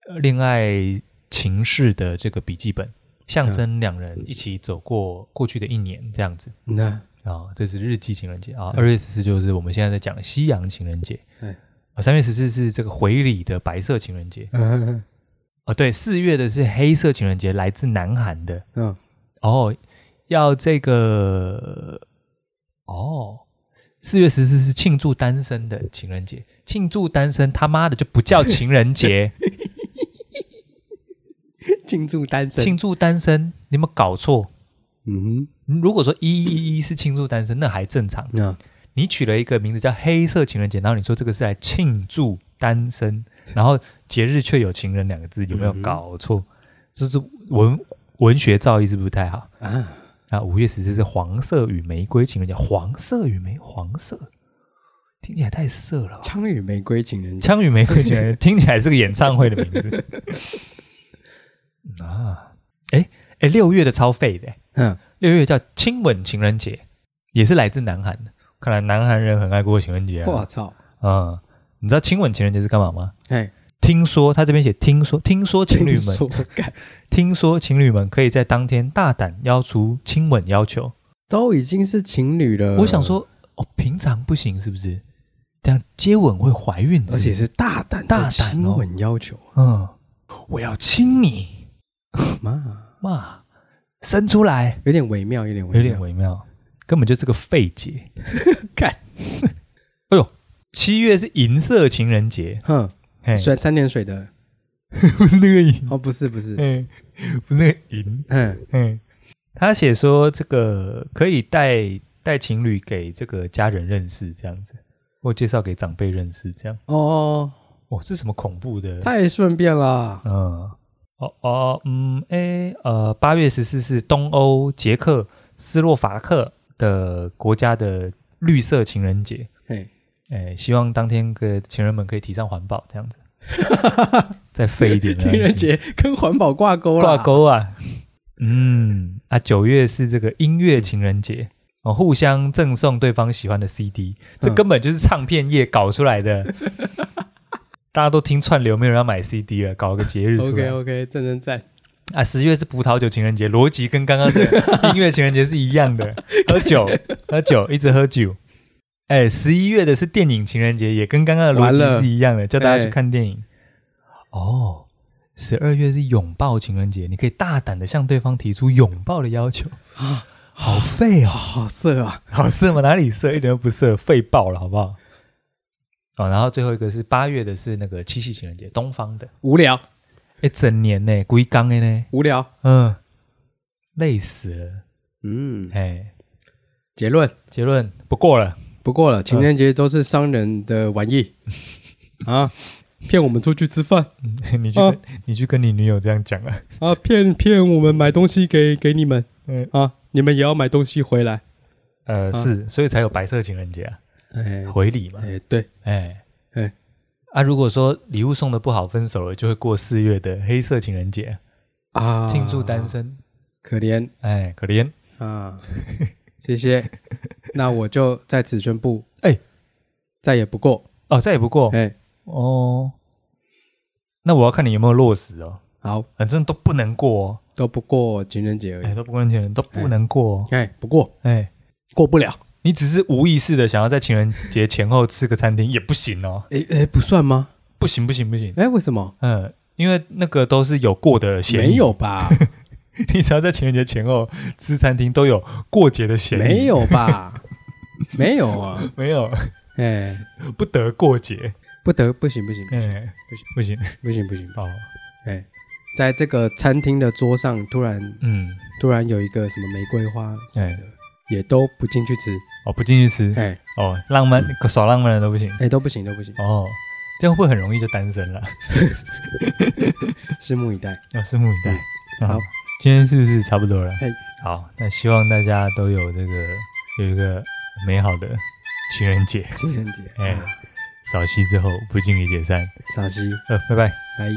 [SPEAKER 1] 呃恋爱情事的这个笔记本，象征两
[SPEAKER 2] 嗯
[SPEAKER 1] 人一起走过过去的一年这样子
[SPEAKER 2] 那
[SPEAKER 1] 啊、哦。这是日记情人节啊，
[SPEAKER 2] 嗯
[SPEAKER 1] 二、月十四就是我们现在在讲西洋情人节，
[SPEAKER 2] 嗯
[SPEAKER 1] 啊，三月十四是这个回礼的白色情人节
[SPEAKER 2] 嗯
[SPEAKER 1] 哦，对，四月的是黑色情人节，来自南韩的。
[SPEAKER 2] 嗯
[SPEAKER 1] 哦哦，要这个哦，四月十四是庆祝单身的情人节，庆祝单身他妈的就不叫情人节，
[SPEAKER 2] 庆祝单身。
[SPEAKER 1] 庆祝单身，你有没有搞错？
[SPEAKER 2] 嗯
[SPEAKER 1] 如果说一一一是庆祝单身，那还正常
[SPEAKER 2] 哼，。那
[SPEAKER 1] 你取了一个名字叫黑色情人节，然后你说这个是来庆祝单 身，然后节日却有情人两个字，有没有
[SPEAKER 2] 嗯哼
[SPEAKER 1] 搞错？这是文文学造诣是不是不太好？
[SPEAKER 2] 啊，
[SPEAKER 1] 啊，五月十四是黄色与玫瑰情人节，黄色与玫黄色，听起来太色了吧？
[SPEAKER 2] 枪与玫瑰情人节，
[SPEAKER 1] 枪与玫瑰情人节听起来是个演唱会的名字 啊！哎哎，六月的超废的，
[SPEAKER 2] 嗯，
[SPEAKER 1] 六月叫亲吻情人节，也是来自南韩的。看来南韩人很爱过情人节
[SPEAKER 2] 我
[SPEAKER 1] 啊！
[SPEAKER 2] 操，
[SPEAKER 1] 嗯，你知道亲吻情人节是干嘛吗？
[SPEAKER 2] 哎，
[SPEAKER 1] 听说他这边写，听说听说情侣
[SPEAKER 2] 听
[SPEAKER 1] 们
[SPEAKER 2] 说干
[SPEAKER 1] 听说情侣们可以在当天大胆要出亲吻要求。
[SPEAKER 2] 都已经是情侣了，
[SPEAKER 1] 我想，说，哦，平常不行是不是？这样接吻会怀孕是不
[SPEAKER 2] 而
[SPEAKER 1] 是，
[SPEAKER 2] 且是大胆的
[SPEAKER 1] 大胆哦
[SPEAKER 2] 亲吻要求，
[SPEAKER 1] 嗯，我要亲你，
[SPEAKER 2] 妈，
[SPEAKER 1] 妈，伸出来，
[SPEAKER 2] 有点微妙，有点
[SPEAKER 1] 有
[SPEAKER 2] 微
[SPEAKER 1] 点
[SPEAKER 2] 妙，
[SPEAKER 1] 微妙，根本就是个废 节。
[SPEAKER 2] 看，
[SPEAKER 1] 哎呦，七月是银色情人节，
[SPEAKER 2] 哼，
[SPEAKER 1] 嘿，
[SPEAKER 2] 水三点水的，
[SPEAKER 1] 不是那个 银，
[SPEAKER 2] 哦，不是不是，
[SPEAKER 1] 嗯，不是那个银，
[SPEAKER 2] 嗯
[SPEAKER 1] 嗯，他写说这个可以带带情侣给这个家人认识，这样子，或介绍给长辈认识，这样。
[SPEAKER 2] 哦，
[SPEAKER 1] 哦，这是什么恐怖的？
[SPEAKER 2] 太顺便了，
[SPEAKER 1] 嗯，哦哦，嗯，诶，呃，八月十四是东欧捷克斯洛伐克的国家的绿色情人节，
[SPEAKER 2] 哎，
[SPEAKER 1] 诶，希望当天的情人们可以提倡环保，这样子，再废一点，
[SPEAKER 2] 情人节跟环保挂钩
[SPEAKER 1] 挂
[SPEAKER 2] 了，，
[SPEAKER 1] 钩啊，嗯啊，九月是这个音乐情人节。哦，互相赠送对方喜欢的 CD，这
[SPEAKER 2] 嗯
[SPEAKER 1] 根本就是唱片业搞出来 的。大家都听串流，没有人要买 CD 了，搞个节日出来。
[SPEAKER 2] OK OK，赞赞赞，
[SPEAKER 1] 啊，十月是葡萄酒情人节，逻辑跟刚刚的音乐情人节是一样的，喝酒，喝酒，一直喝酒。哎，十一月的是电影情人节，也跟刚刚的逻
[SPEAKER 2] 完了
[SPEAKER 1] 辑是一样的，叫大家
[SPEAKER 2] 哎
[SPEAKER 1] 去看电影。哦，十二月是拥抱情人节，你可以大胆的向对方提出拥抱的要求
[SPEAKER 2] 啊
[SPEAKER 1] 好废哦，
[SPEAKER 2] 好色啊，
[SPEAKER 1] 好色吗？哪里色？一点都不色，废爆了，好不好？哦，然后最后一个是八月的是那个七夕情人节，东方的，
[SPEAKER 2] 无聊
[SPEAKER 1] 哎，整年呢，鬼刚的呢。
[SPEAKER 2] 无聊，
[SPEAKER 1] 嗯，累死了。
[SPEAKER 2] 嗯，
[SPEAKER 1] 哎，
[SPEAKER 2] 结论。
[SPEAKER 1] 结论不过了，
[SPEAKER 2] 不过
[SPEAKER 1] 嗯
[SPEAKER 2] 了，情人节都是商人的玩 意啊，骗我们出去吃饭
[SPEAKER 1] 嗯 你去跟、
[SPEAKER 2] 啊
[SPEAKER 1] 你去跟你女友这样讲啊。
[SPEAKER 2] 啊，骗骗我们买东西给给你们
[SPEAKER 1] 嗯，
[SPEAKER 2] 啊，你们也要买东西回来。
[SPEAKER 1] 呃，
[SPEAKER 2] 啊
[SPEAKER 1] 是，所以才有白色情人节啊，
[SPEAKER 2] 哎
[SPEAKER 1] 回礼嘛。
[SPEAKER 2] 哎，对，
[SPEAKER 1] 哎
[SPEAKER 2] 哎
[SPEAKER 1] 啊，如果说礼物送的不好，分手了，就会过四月的黑色情人节，
[SPEAKER 2] 啊，
[SPEAKER 1] 庆祝单，身。
[SPEAKER 2] 可怜
[SPEAKER 1] 哎，可怜。
[SPEAKER 2] 啊，谢谢。那我就在此宣布，
[SPEAKER 1] 哎，
[SPEAKER 2] 再也不过。
[SPEAKER 1] 哦，再也不过
[SPEAKER 2] 哎，
[SPEAKER 1] 哦。那我要看你有没有落实哦，
[SPEAKER 2] 好，
[SPEAKER 1] 反正都不能过哦，
[SPEAKER 2] 都不过情人节而
[SPEAKER 1] 哎，
[SPEAKER 2] 已。
[SPEAKER 1] 都不能情人都不能过哦，
[SPEAKER 2] 哎，不过
[SPEAKER 1] 哎，
[SPEAKER 2] 过不了。
[SPEAKER 1] 你只是无意识的想要在情人节前后吃个餐厅也不行哦，
[SPEAKER 2] 哎哎，不算吗？
[SPEAKER 1] 不行不行不行，
[SPEAKER 2] 哎，为什么？
[SPEAKER 1] 嗯，因为那个都是有过的嫌疑，
[SPEAKER 2] 没，有吧？
[SPEAKER 1] 你只要在情人节前后吃餐厅都有过节的嫌疑，
[SPEAKER 2] 没有吧？没有啊。
[SPEAKER 1] 没有
[SPEAKER 2] 哎，
[SPEAKER 1] 不得过节，
[SPEAKER 2] 不得，不行不行
[SPEAKER 1] 嗯，不行
[SPEAKER 2] 不行不行！
[SPEAKER 1] 哦，
[SPEAKER 2] 哎，在这个餐厅的桌上，突然
[SPEAKER 1] 嗯，哎
[SPEAKER 2] 突然有一个什么玫瑰花什么的，也都不进去吃，
[SPEAKER 1] 哦不进去吃，
[SPEAKER 2] 哎
[SPEAKER 1] 哦浪漫可耍浪漫的都不行，
[SPEAKER 2] 哎都不行都不行，
[SPEAKER 1] 哦，这样会不会很容易就单身了，
[SPEAKER 2] 拭目以待。
[SPEAKER 1] 要拭目以待。
[SPEAKER 2] 嗯
[SPEAKER 1] 啊
[SPEAKER 2] 好，哎
[SPEAKER 1] 今天是不是差不多了
[SPEAKER 2] 嘿？
[SPEAKER 1] 好，那希望大家都有这个有一个美好的情人节，
[SPEAKER 2] 情人节，
[SPEAKER 1] 哎
[SPEAKER 2] 啊，
[SPEAKER 1] 扫息之后不经意解散，
[SPEAKER 2] 傻西，
[SPEAKER 1] 呃，拜拜。
[SPEAKER 2] 来。